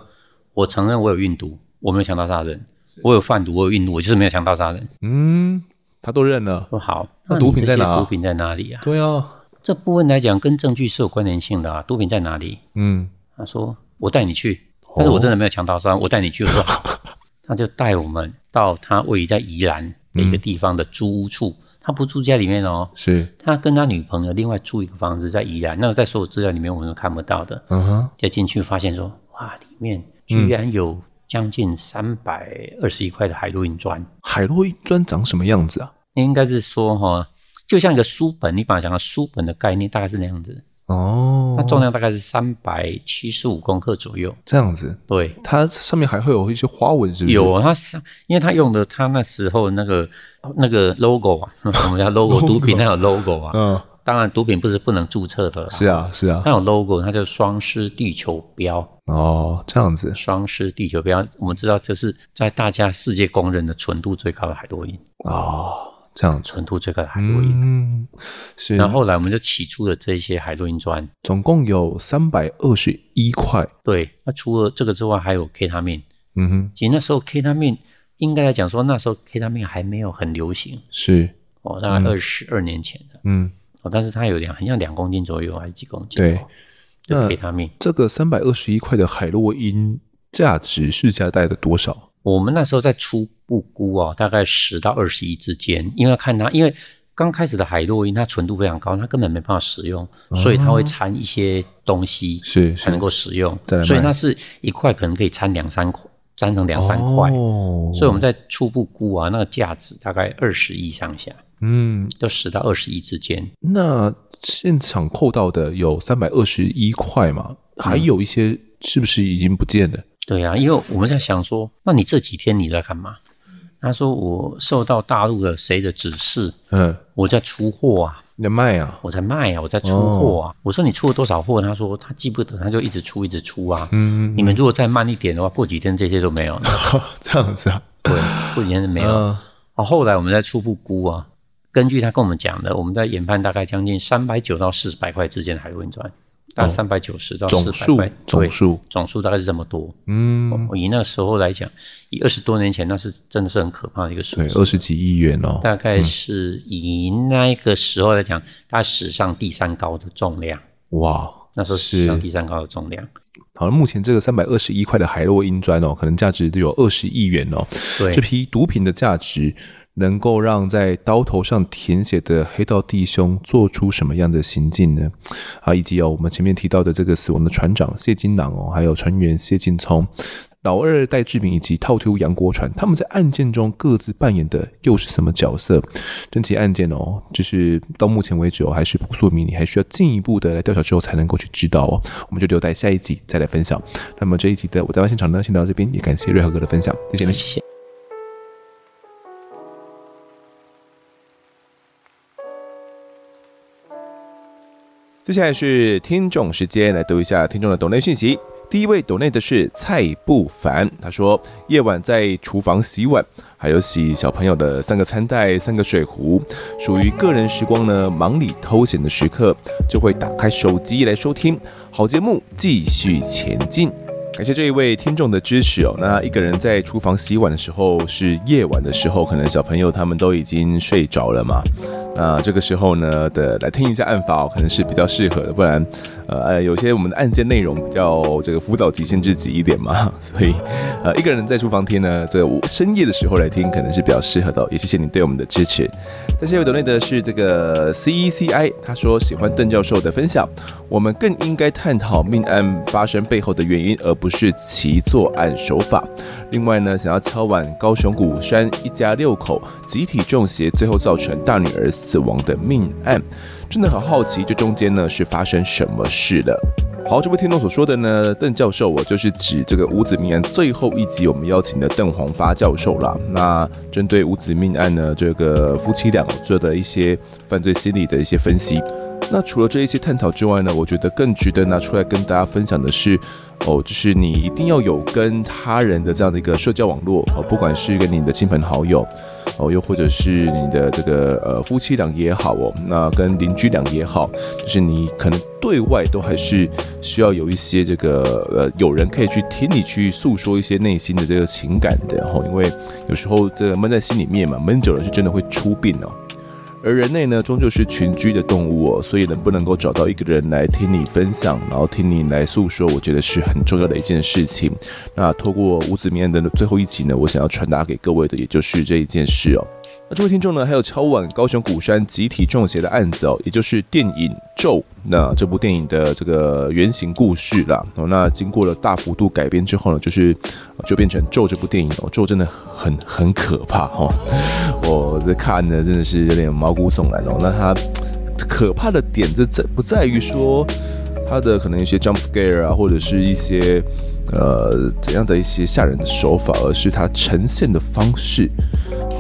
[SPEAKER 2] 我承认我有运毒，我没有强盗杀人，我有贩毒，我有运毒，我就是没有强盗杀人。
[SPEAKER 1] 嗯，他都认了。
[SPEAKER 2] 说好，
[SPEAKER 1] 那
[SPEAKER 2] 你
[SPEAKER 1] 毒品
[SPEAKER 2] 这些
[SPEAKER 1] 在哪
[SPEAKER 2] 毒品在哪里啊？
[SPEAKER 1] 对啊，
[SPEAKER 2] 这部分来讲跟证据是有关联性的啊，毒品在哪里？
[SPEAKER 1] 嗯，
[SPEAKER 2] 他说我带你去，但是我真的没有强盗商，我带你去。我说好， [laughs] 他就带我们到他位于在宜兰的一个地方的租屋处，他不住家里面哦，
[SPEAKER 1] 是，
[SPEAKER 2] 他跟他女朋友另外住一个房子在宜兰，那个在所有资料里面我们都看不到的。
[SPEAKER 1] 嗯哼，
[SPEAKER 2] 就进去发现说，哇，里面居然有将近三百二十一块的海洛因砖，
[SPEAKER 1] 海洛因砖长什么样子啊？
[SPEAKER 2] 那应该是说哈、哦，就像一个书本，你把它讲到书本的概念大概是那样子，
[SPEAKER 1] 哦
[SPEAKER 2] 它，重量大概是三百七十五公克左右，
[SPEAKER 1] 这样子，
[SPEAKER 2] 对。
[SPEAKER 1] 它上面还会有一些花纹，是不是？
[SPEAKER 2] 有，啊他是因为他用的他那时候那个那个 logo 啊， [laughs] 我们叫
[SPEAKER 1] [laughs]
[SPEAKER 2] logo 毒品那有 logo 啊，
[SPEAKER 1] 嗯，
[SPEAKER 2] 当然毒品不是不能注册的啦，
[SPEAKER 1] 是啊，是啊
[SPEAKER 2] 它，有 logo，它叫双狮地球标，
[SPEAKER 1] 哦，这样子
[SPEAKER 2] 双狮地球标，我们知道就是在大家世界公认的纯度最高的海洛因，
[SPEAKER 1] 哦，这样子，
[SPEAKER 2] 纯度最高的海洛因。
[SPEAKER 1] 嗯，是。
[SPEAKER 2] 然后后来我们就起出了这些海洛因砖，
[SPEAKER 1] 总共有三百二十一块，
[SPEAKER 2] 对，那除了这个之外，还有 K 他命。
[SPEAKER 1] 嗯哼，
[SPEAKER 2] 其实那时候 K 他命应该来讲说，那时候 K 他命还没有很流行
[SPEAKER 1] 是，
[SPEAKER 2] 哦，大概二十二年前的。
[SPEAKER 1] 嗯，
[SPEAKER 2] 哦，但是它有两，很像两公斤左右，还是几公斤？
[SPEAKER 1] 对
[SPEAKER 2] 哦，就
[SPEAKER 1] 那
[SPEAKER 2] K 他命。
[SPEAKER 1] 这个三百二十一块的海洛因价值市价带的多少？
[SPEAKER 2] 我们那时候在初步估哦，大概十到二十一之间，因为要看它，因为刚开始的海洛因它纯度非常高，它根本没办法食用，所以它会掺一些东西
[SPEAKER 1] 哦是
[SPEAKER 2] 才能够食用
[SPEAKER 1] 再来，卖
[SPEAKER 2] 所以它是一块可能可以掺两三块，掺成两三块。
[SPEAKER 1] 哦，
[SPEAKER 2] 所以我们在初步估啊，那个价值大概二十亿上下，
[SPEAKER 1] 嗯，
[SPEAKER 2] 就十到二十亿之间。
[SPEAKER 1] 那现场扣到的有三百二十一块嘛，还有一些是不是已经不见了？
[SPEAKER 2] 对啊，因为我们在想说，那你这几天你在干嘛？他说我受到大陆的谁的指示，
[SPEAKER 1] 嗯，
[SPEAKER 2] 我在出货啊，
[SPEAKER 1] 你在卖啊？
[SPEAKER 2] 我在卖啊，我在出货
[SPEAKER 1] 哦
[SPEAKER 2] 啊。我说你出了多少货？他说他记不得，他就一直出一直出啊。
[SPEAKER 1] 嗯，
[SPEAKER 2] 你们如果再慢一点的话，过几天这些都没有了。
[SPEAKER 1] [laughs] 这样子啊？嗯
[SPEAKER 2] 哦对，过几天就没有了。啊，后来我们在初步估啊，根据他跟我们讲的，我们在研判大概将近三百九到四百块之间的海运转，大概三百九十到
[SPEAKER 1] 哦总
[SPEAKER 2] 四百
[SPEAKER 1] 数
[SPEAKER 2] 块，对
[SPEAKER 1] 总数，
[SPEAKER 2] 总数大概是这么多。哦
[SPEAKER 1] 嗯，
[SPEAKER 2] 以那个时候来讲，以二十多年前，那是真的是很可怕的一个数
[SPEAKER 1] 对，
[SPEAKER 2] 字。
[SPEAKER 1] 二嗯十几亿元哦，
[SPEAKER 2] 大概是以那个时候来讲，它史上第三高的重量，
[SPEAKER 1] 哇，
[SPEAKER 2] 那时候史上第三高的重量。
[SPEAKER 1] 好像目前这个三百二十一块的海洛因砖哦，可能价值都有二十亿元哦。
[SPEAKER 2] 对
[SPEAKER 1] 这批毒品的价值能够让在刀头上填写的黑道弟兄做出什么样的行径呢？啊，以及哦，我们前面提到的这个死亡的船长谢金郎哦，还有船员谢进聪。老二戴志明以及套 Q 杨国传，他们在案件中各自扮演的又是什么角色？整起案件哦，就是到目前为止哦，还是扑朔迷离，还需要进一步的来调查之后才能够去知道哦。我们就留待下一集再来分享。那么这一集的我在外现场呢，先聊到这边，也感谢瑞和哥的分享，谢谢您。
[SPEAKER 2] 谢谢。
[SPEAKER 1] 接下来是听众时间，来读一下听众的抖内讯息。第一位抖内的是蔡不凡，他说夜晚在厨房洗碗，还有洗小朋友的三个餐袋、三个水壶，属于个人时光呢，忙里偷闲的时刻，就会打开手机来收听好节目，继续前进。感谢这一位听众的支持哦。那一个人在厨房洗碗的时候是夜晚的时候，可能小朋友他们都已经睡着了嘛。那呃这个时候呢的来听一下案发哦，可能是比较适合的，不然呃有些我们的案件内容比较这个辅导级、限制级一点嘛， [laughs] 所以呃一个人在厨房听呢，这个我深夜的时候来听可能是比较适合的哦、也谢谢你对我们的支持。在下一位抖内的是这个 C E C I，他说喜欢邓教授的分享，我们更应该探讨命案发生背后的原因，而不是其作案手法。另外呢，想要敲碗高雄鼓山一家六口集体中邪，最后造成大女儿死亡的命案，真的很好奇这中间呢是发生什么事了。好，这位听众所说的呢，邓教授，我就是指这个五子命案最后一集我们邀请的邓宏发教授啦。那针对五子命案呢，这个夫妻俩做的一些犯罪心理的一些分析。那除了这一些探讨之外呢，我觉得更值得拿出来跟大家分享的是，哦，就是你一定要有跟他人的这样的一个社交网络哦，不管是跟你的亲朋好友，哦，又或者是你的这个呃夫妻俩也好哦，那跟邻居俩也好，就是你可能对外都还是需要有一些这个呃有人可以去听你去诉说一些内心的这个情感的哦，因为有时候这个闷在心里面嘛，闷久了是真的会出病哦。而人类呢，终究是群居的动物哦，所以能不能够找到一个人来听你分享，然后听你来诉说，我觉得是很重要的一件事情。那透过五子面的最后一集呢，我想要传达给各位的，也就是这一件事哦。那这位听众呢，还有敲碗高雄鼓山集体中邪的案子哦，也就是电影《咒》那这部电影的这个原型故事啦。哦，那经过了大幅度改编之后呢，就是呃就变成《咒》这部电影哦，《咒》真的很很可怕哦。我这看的真的是有点毛骨悚然哦。那它可怕的点这在不在于说它的可能一些 jump scare 啊，或者是一些呃怎样的一些吓人的手法，而是它呈现的方式，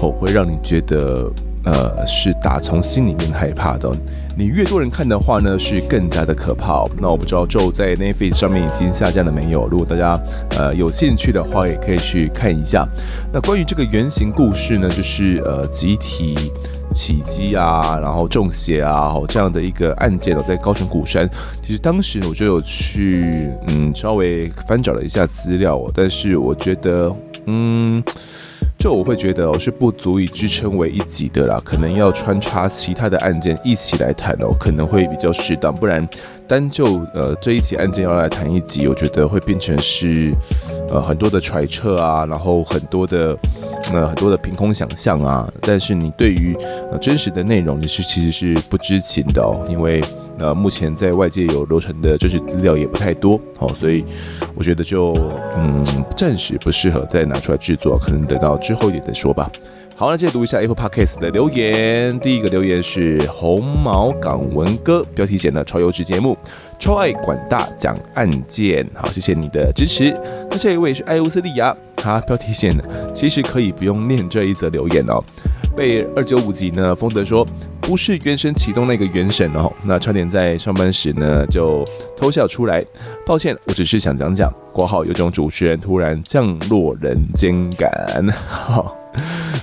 [SPEAKER 1] 哦，会让你觉得呃是打从心里面害怕的哦、你越多人看的话呢，是更加的可怕、哦。那我不知道咒在 Netflix 上面已经下架了没有？如果大家呃有兴趣的话，也可以去看一下。那关于这个原型故事呢，就是呃集体起机啊，然后中邪啊，哦这样的一个案件哦，在高雄鼓山，其实当时我就有去嗯稍微翻找了一下资料哦，但是我觉得嗯。就我会觉得哦，是不足以支撑为一级的啦，可能要穿插其他的案件一起来谈哦，可能会比较适当，不然单就呃这一起案件要来谈一集，我觉得会变成是呃很多的揣测啊，然后很多的呃很多的凭空想象啊，但是你对于呃真实的内容你是其实是不知情的哦，因为呃目前在外界有流传的真实资料也不太多哦，所以我觉得就嗯，暂时不适合再拿出来制作，可能等到之后一点再说吧。好，那接着读一下 Apple Podcast 的留言。第一个留言是红毛港文哥，标题写呢超优质节目，超爱管大讲案件。好，谢谢你的支持。那下一位是艾欧斯利亚，他标题写呢其实可以不用念这一则留言哦。被二九五集呢，丰德说不是原神启动那个原神哦，那差点在上班时呢就偷笑出来。抱歉，我只是 [laughs] 想讲讲。括号有种主持人突然降落人间感。好，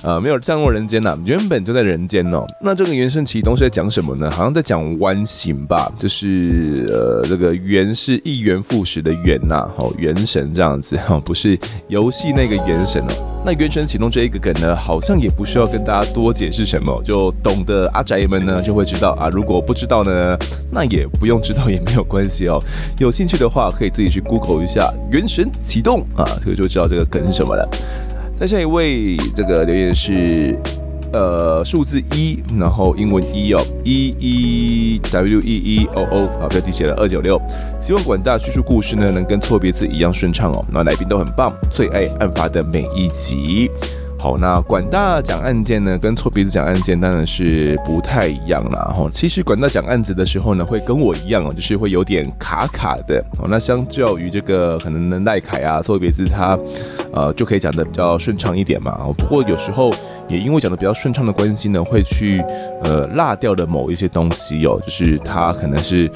[SPEAKER 1] 呃，没有降落人间呐、原本就在人间哦。那这个原圣启东是在讲什么呢？好像在讲弯形吧，就是呃，这个元是一元复始的元呐、哦，元神这样子哦，不是游戏那个元神哦。那原神启动这一个梗呢，好像也不需要跟大家多解释什么，就懂得阿宅们呢就会知道啊。如果不知道呢，那也不用知道也没有关系哦。 [laughs] 有兴趣的话，可以自己去 Google 一下“原神启动”啊，这个就知道这个梗是什么了。那下一位这个留言是。呃，数字一，然后英文一哦，一一 W E E O O 啊，标题写了二九六。希望广大叙述故事呢，能跟错别字一样顺畅哦。那来宾都很棒，最爱案发的每一集。好，那管大讲案件呢，跟错别字讲案件当然是不太一样啦。哈，其实管大讲案子的时候呢，会跟我一样哦，就是会有点卡卡的。哦，那相较于这个可能能赖凯啊，错别字他，呃，就可以讲的比较顺畅一点嘛。哦不过有时候也因为讲的比较顺畅的关系呢，会去呃落掉的某一些东西哦，就是他可能是。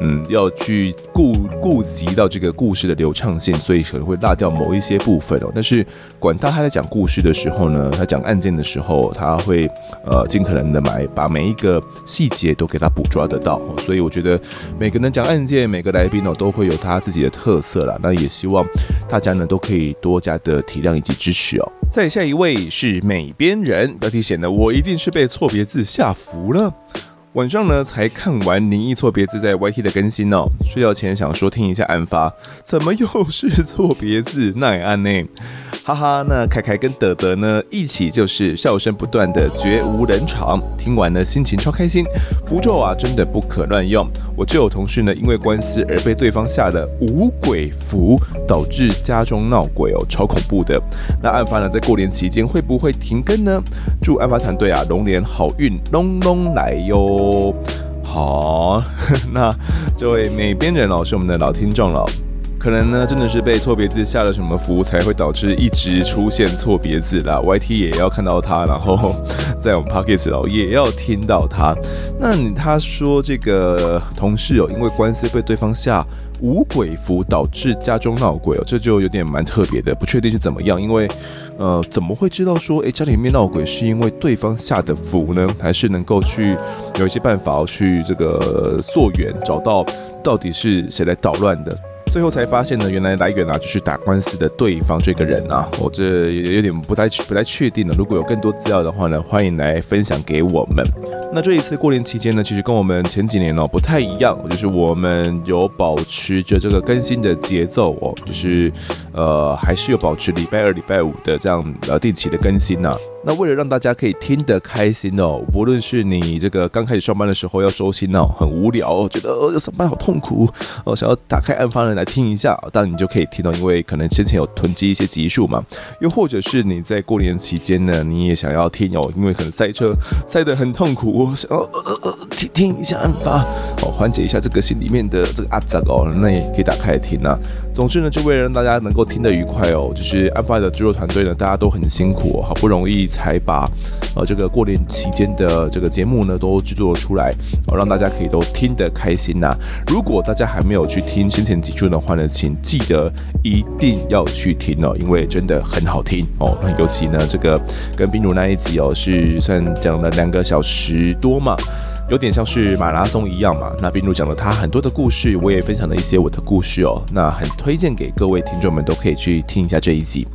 [SPEAKER 1] 嗯，要去顾顾及到这个故事的流畅性，所以可能会落掉某一些部分哦。但是管他他在讲故事的时候呢，他讲案件的时候，他会呃尽可能的买把每一个细节都给他捕捉得到、哦所以我觉得每个人讲案件，每个来宾哦都会有他自己的特色啦。那也希望大家呢都可以多加的体谅以及支持哦。再下一位是美边人，标题写的我一定是被错别字吓服了。晚上呢才看完《灵异错别字》在 YT 的更新哦，睡觉前想说听一下案发，怎么又是错别字那也案呢？哈哈，那凯凯跟德德呢一起就是笑声不断的绝无冷场，听完呢心情超开心。符咒啊真的不可乱用，我就有同事呢因为官司而被对方下了五鬼符，导致家中闹鬼哦，超恐怖的。那案发呢在过年期间会不会停更呢？祝案发团队啊龙年好运隆隆来哟！好，那这位美边人老师，我们的老听众了。可能呢，真的是被错别字下了什么符，才会导致一直出现错别字啦。YT 也要看到他，然后 [laughs] 在我们 Pockets 哦也要听到他。那你他说这个同事有、因为官司被对方下五鬼符，导致家中闹鬼哦，这就有点蛮特别的，不确定是怎么样，因为呃怎么会知道说诶、家里面闹鬼是因为对方下的符呢？还是能够去有一些办法、哦、去这个溯源，找到到底是谁来捣乱的？最后才发现呢，原来来源啊就是打官司的对方这个人啊，我这也有点不太不太确定了。如果有更多资料的话呢，欢迎来分享给我们。那这一次过年期间呢，其实跟我们前几年哦不太一样，就是我们有保持着这个更新的节奏哦，就是呃还是有保持礼拜二、礼拜五的这样呃定期的更新呐、那为了让大家可以听得开心哦，不论是你这个刚开始上班的时候要收心哦，很无聊哦，觉得呃上班好痛苦哦，想要打开案发人来听一下，当然你就可以听到，因为可能先前有囤积一些集数嘛。又或者是你在过年期间呢，你也想要听哦，因为可能塞车塞得很痛苦，想要呃呃呃听听一下案发哦，缓解一下这个心里面的这个阿杂哦，那也可以打开来听啊。总之呢，就为了让大家能够听得愉快哦，就是案发的制作团队呢，大家都很辛苦、哦，好不容易才把呃这个过年期间的这个节目呢都制作出来，哦，让大家可以都听得开心啊呐、如果大家还没有去听先前几集的话呢，请记得一定要去听哦，因为真的很好听哦。那尤其呢，这个跟冰如那一集哦，是算讲了两个小时多嘛。有点像是马拉松一样嘛。那冰如讲了他很多的故事，我也分享了一些我的故事哦。那很推荐给各位听众们都可以去听一下这一集。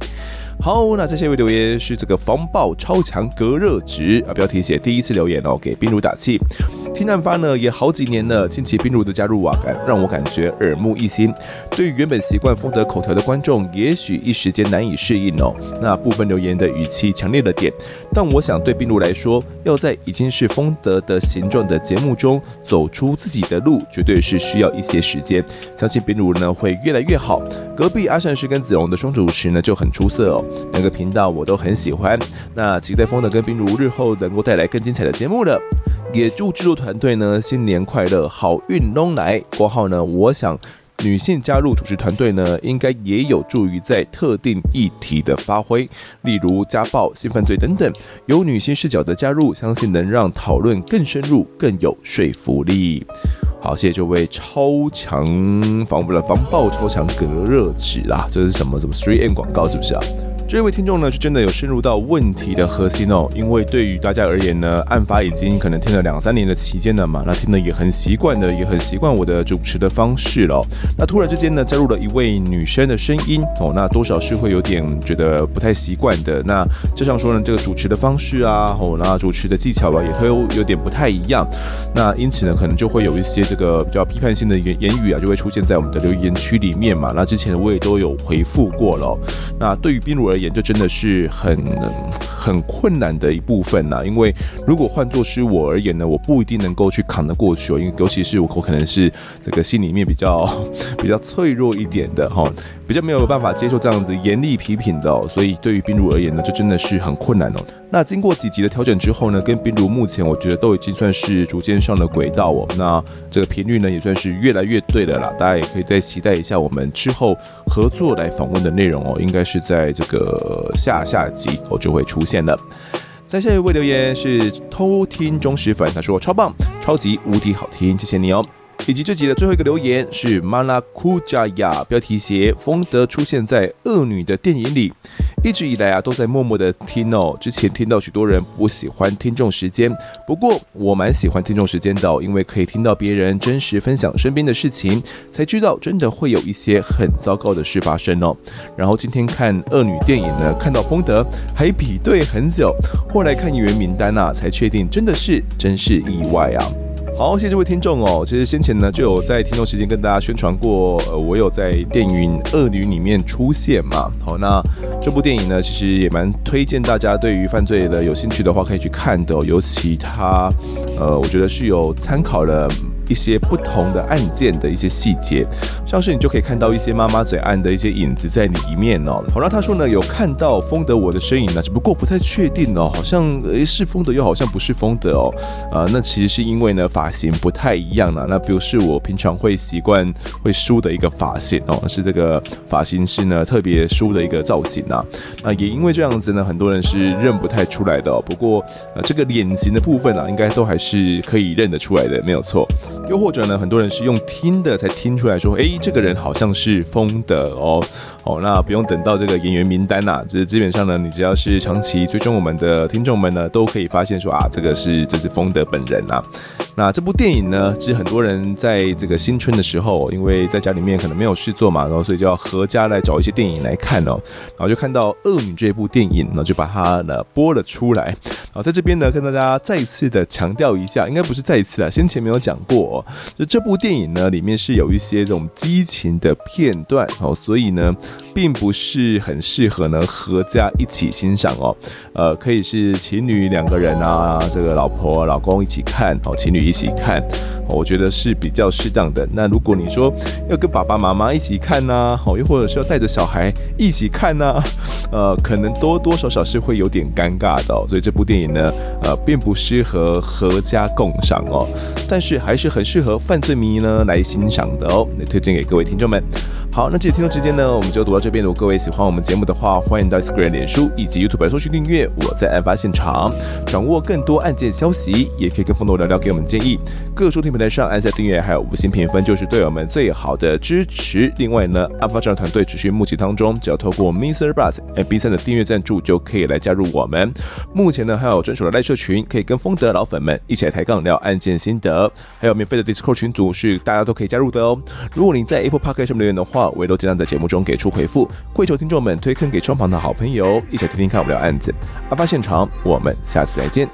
[SPEAKER 1] 好，那这下一位留言是这个防爆超强隔热值啊，标题写第一次留言哦，给冰如打气。听案发呢也好几年了，近期冰如的加入啊，感让我感觉耳目一新。对于原本习惯风德口条的观众，也许一时间难以适应哦。那部分留言的语气强烈了点，但我想对冰如来说，要在已经是风德的形状的节目中走出自己的路，绝对是需要一些时间。相信冰如呢会越来越好。隔壁阿善师跟子荣的双主持呢就很出色哦，那个频道我都很喜欢。那期待风德跟冰如日后能够带来更精彩的节目了。也祝制作团队呢新年快乐，好运隆来。括号呢，我想女性加入主持团队呢，应该也有助于在特定议题的发挥，例如家暴、性犯罪等等。有女性视角的加入，相信能让讨论更深入、更有说服力。好，谢谢这位超强防不了防爆超强隔热纸啦，这是什么什么 Three M 广告是不是啊？这位听众呢是真的有深入到问题的核心哦，因为对于大家而言呢，案发已经可能听了两三年的期间了嘛，那听的也很习惯的，也很习惯我的主持的方式了哦。那突然之间呢，加入了一位女生的声音哦，那多少是会有点觉得不太习惯的。那就像说呢，这个主持的方式啊，哦，那主持的技巧啊，也会有有点不太一样。那因此呢，可能就会有一些这个比较批判性的言言语啊，就会出现在我们的留言区里面嘛。那之前我也都有回复过了哦、那对于宾如而言，这真的是很很困难的一部分呐、因为如果换作是我而言呢，我不一定能够去扛得过去哦，因为尤其是我我可能是这个心里面比较 [laughs] 比较脆弱一点的哈、比较没有办法接受这样子严厉批评的、哦，所以对于宾如而言呢，这真的是很困难哦。那经过几集的调整之后呢，跟宾如目前我觉得都已经算是逐渐上了轨道哦。那这个频率呢也算是越来越对了啦，大家也可以再期待一下我们之后合作来访问的内容哦，应该是在这个下下集哦就会出现了。在下一位留言是偷听忠实粉，他说超棒，超级无敌好听，谢谢你哦。以及这集的最后一个留言是 Malakujaya，标题写风德出现在恶女的电影里。一直以来啊，都在默默的听哦。之前听到许多人不喜欢听众时间，不过我蛮喜欢听众时间的哦、因为可以听到别人真实分享身边的事情，才知道真的会有一些很糟糕的事发生哦。然后今天看恶女电影呢，看到风德还比对很久，后来看演员名单啊，才确定真的是真是意外啊。好，谢谢这位听众哦。其实先前呢就有在听众时间跟大家宣传过，呃，我有在电影《恶女》里面出现嘛。好，那这部电影呢，其实也蛮推荐大家对于犯罪的有兴趣的话可以去看的、哦，尤其它，呃，我觉得是有参考了。一些不同的案件的一些细节，像是你就可以看到一些妈妈嘴案的一些影子在里面哦。好，那他说呢，有看到丰德我的身影呢，只不过不太确定哦，好像诶是丰德又好像不是丰德哦。呃，那其实是因为呢发型不太一样了，那不是我平常会习惯会梳的一个发型哦，是这个发型师呢特别梳的一个造型啊。那也因为这样子呢，很多人是认不太出来的、哦。不过呃，这个脸型的部分啊，应该都还是可以认得出来的，没有错。又或者呢，很多人是用听的才听出来说，诶，这个人好像是风的哦。哦，那不用等到这个演员名单啦、啊，就是基本上呢，你只要是长期追踪我们的听众们呢，都可以发现说啊，这个是这是风的本人啦、那这部电影呢，其实很多人在这个新春的时候，因为在家里面可能没有事做嘛，然后所以就要合家来找一些电影来看哦。然后就看到《恶女》这部电影，然后就把它呢播了出来。然后在这边呢，跟大家再一次的强调一下，应该不是再一次啊，先前没有讲过、哦，就这部电影呢里面是有一些这种激情的片段哦，所以呢，并不是很适合呢合家一起欣赏哦。呃，可以是情侣两个人啊，这个老婆老公一起看哦，情侣一起看，哦我觉得是比较适当的。那如果你说要跟爸爸妈妈一起看呐、哦，又或者是要带着小孩一起看呐、呃，可能多多少少是会有点尴尬的、哦。所以这部电影呢，呃，并不适合合家共赏哦，但是还是很适合犯罪迷呢来欣赏的哦，也推荐给各位听众们。好，那这期听众之间呢，我们就读到这边。如果各位喜欢我们节目的话，欢迎到 Instagram、脸书以及 YouTube 来搜寻订阅。我在案发现场，掌握更多案件消息，也可以跟风头聊聊，给我们建议。各收听平台上按下订阅，还有五星评分，就是对我们最好的支持。另外呢，案发现场团队持续募集当中，只要透过 Mr. Bus M B 三的订阅赞助，就可以来加入我们。目前呢，还有专属的赖社群，可以跟风德老粉们一起来抬杠聊案件心得，还有免费的 Discord 群组是大家都可以加入的哦。如果你在 Apple Park 上面留言的话，我也都尽量在节目中给出回复。跪求听啊众们推坑给窗旁的好朋友，一起来听听看我们聊案子。案发现场，我们下次再见，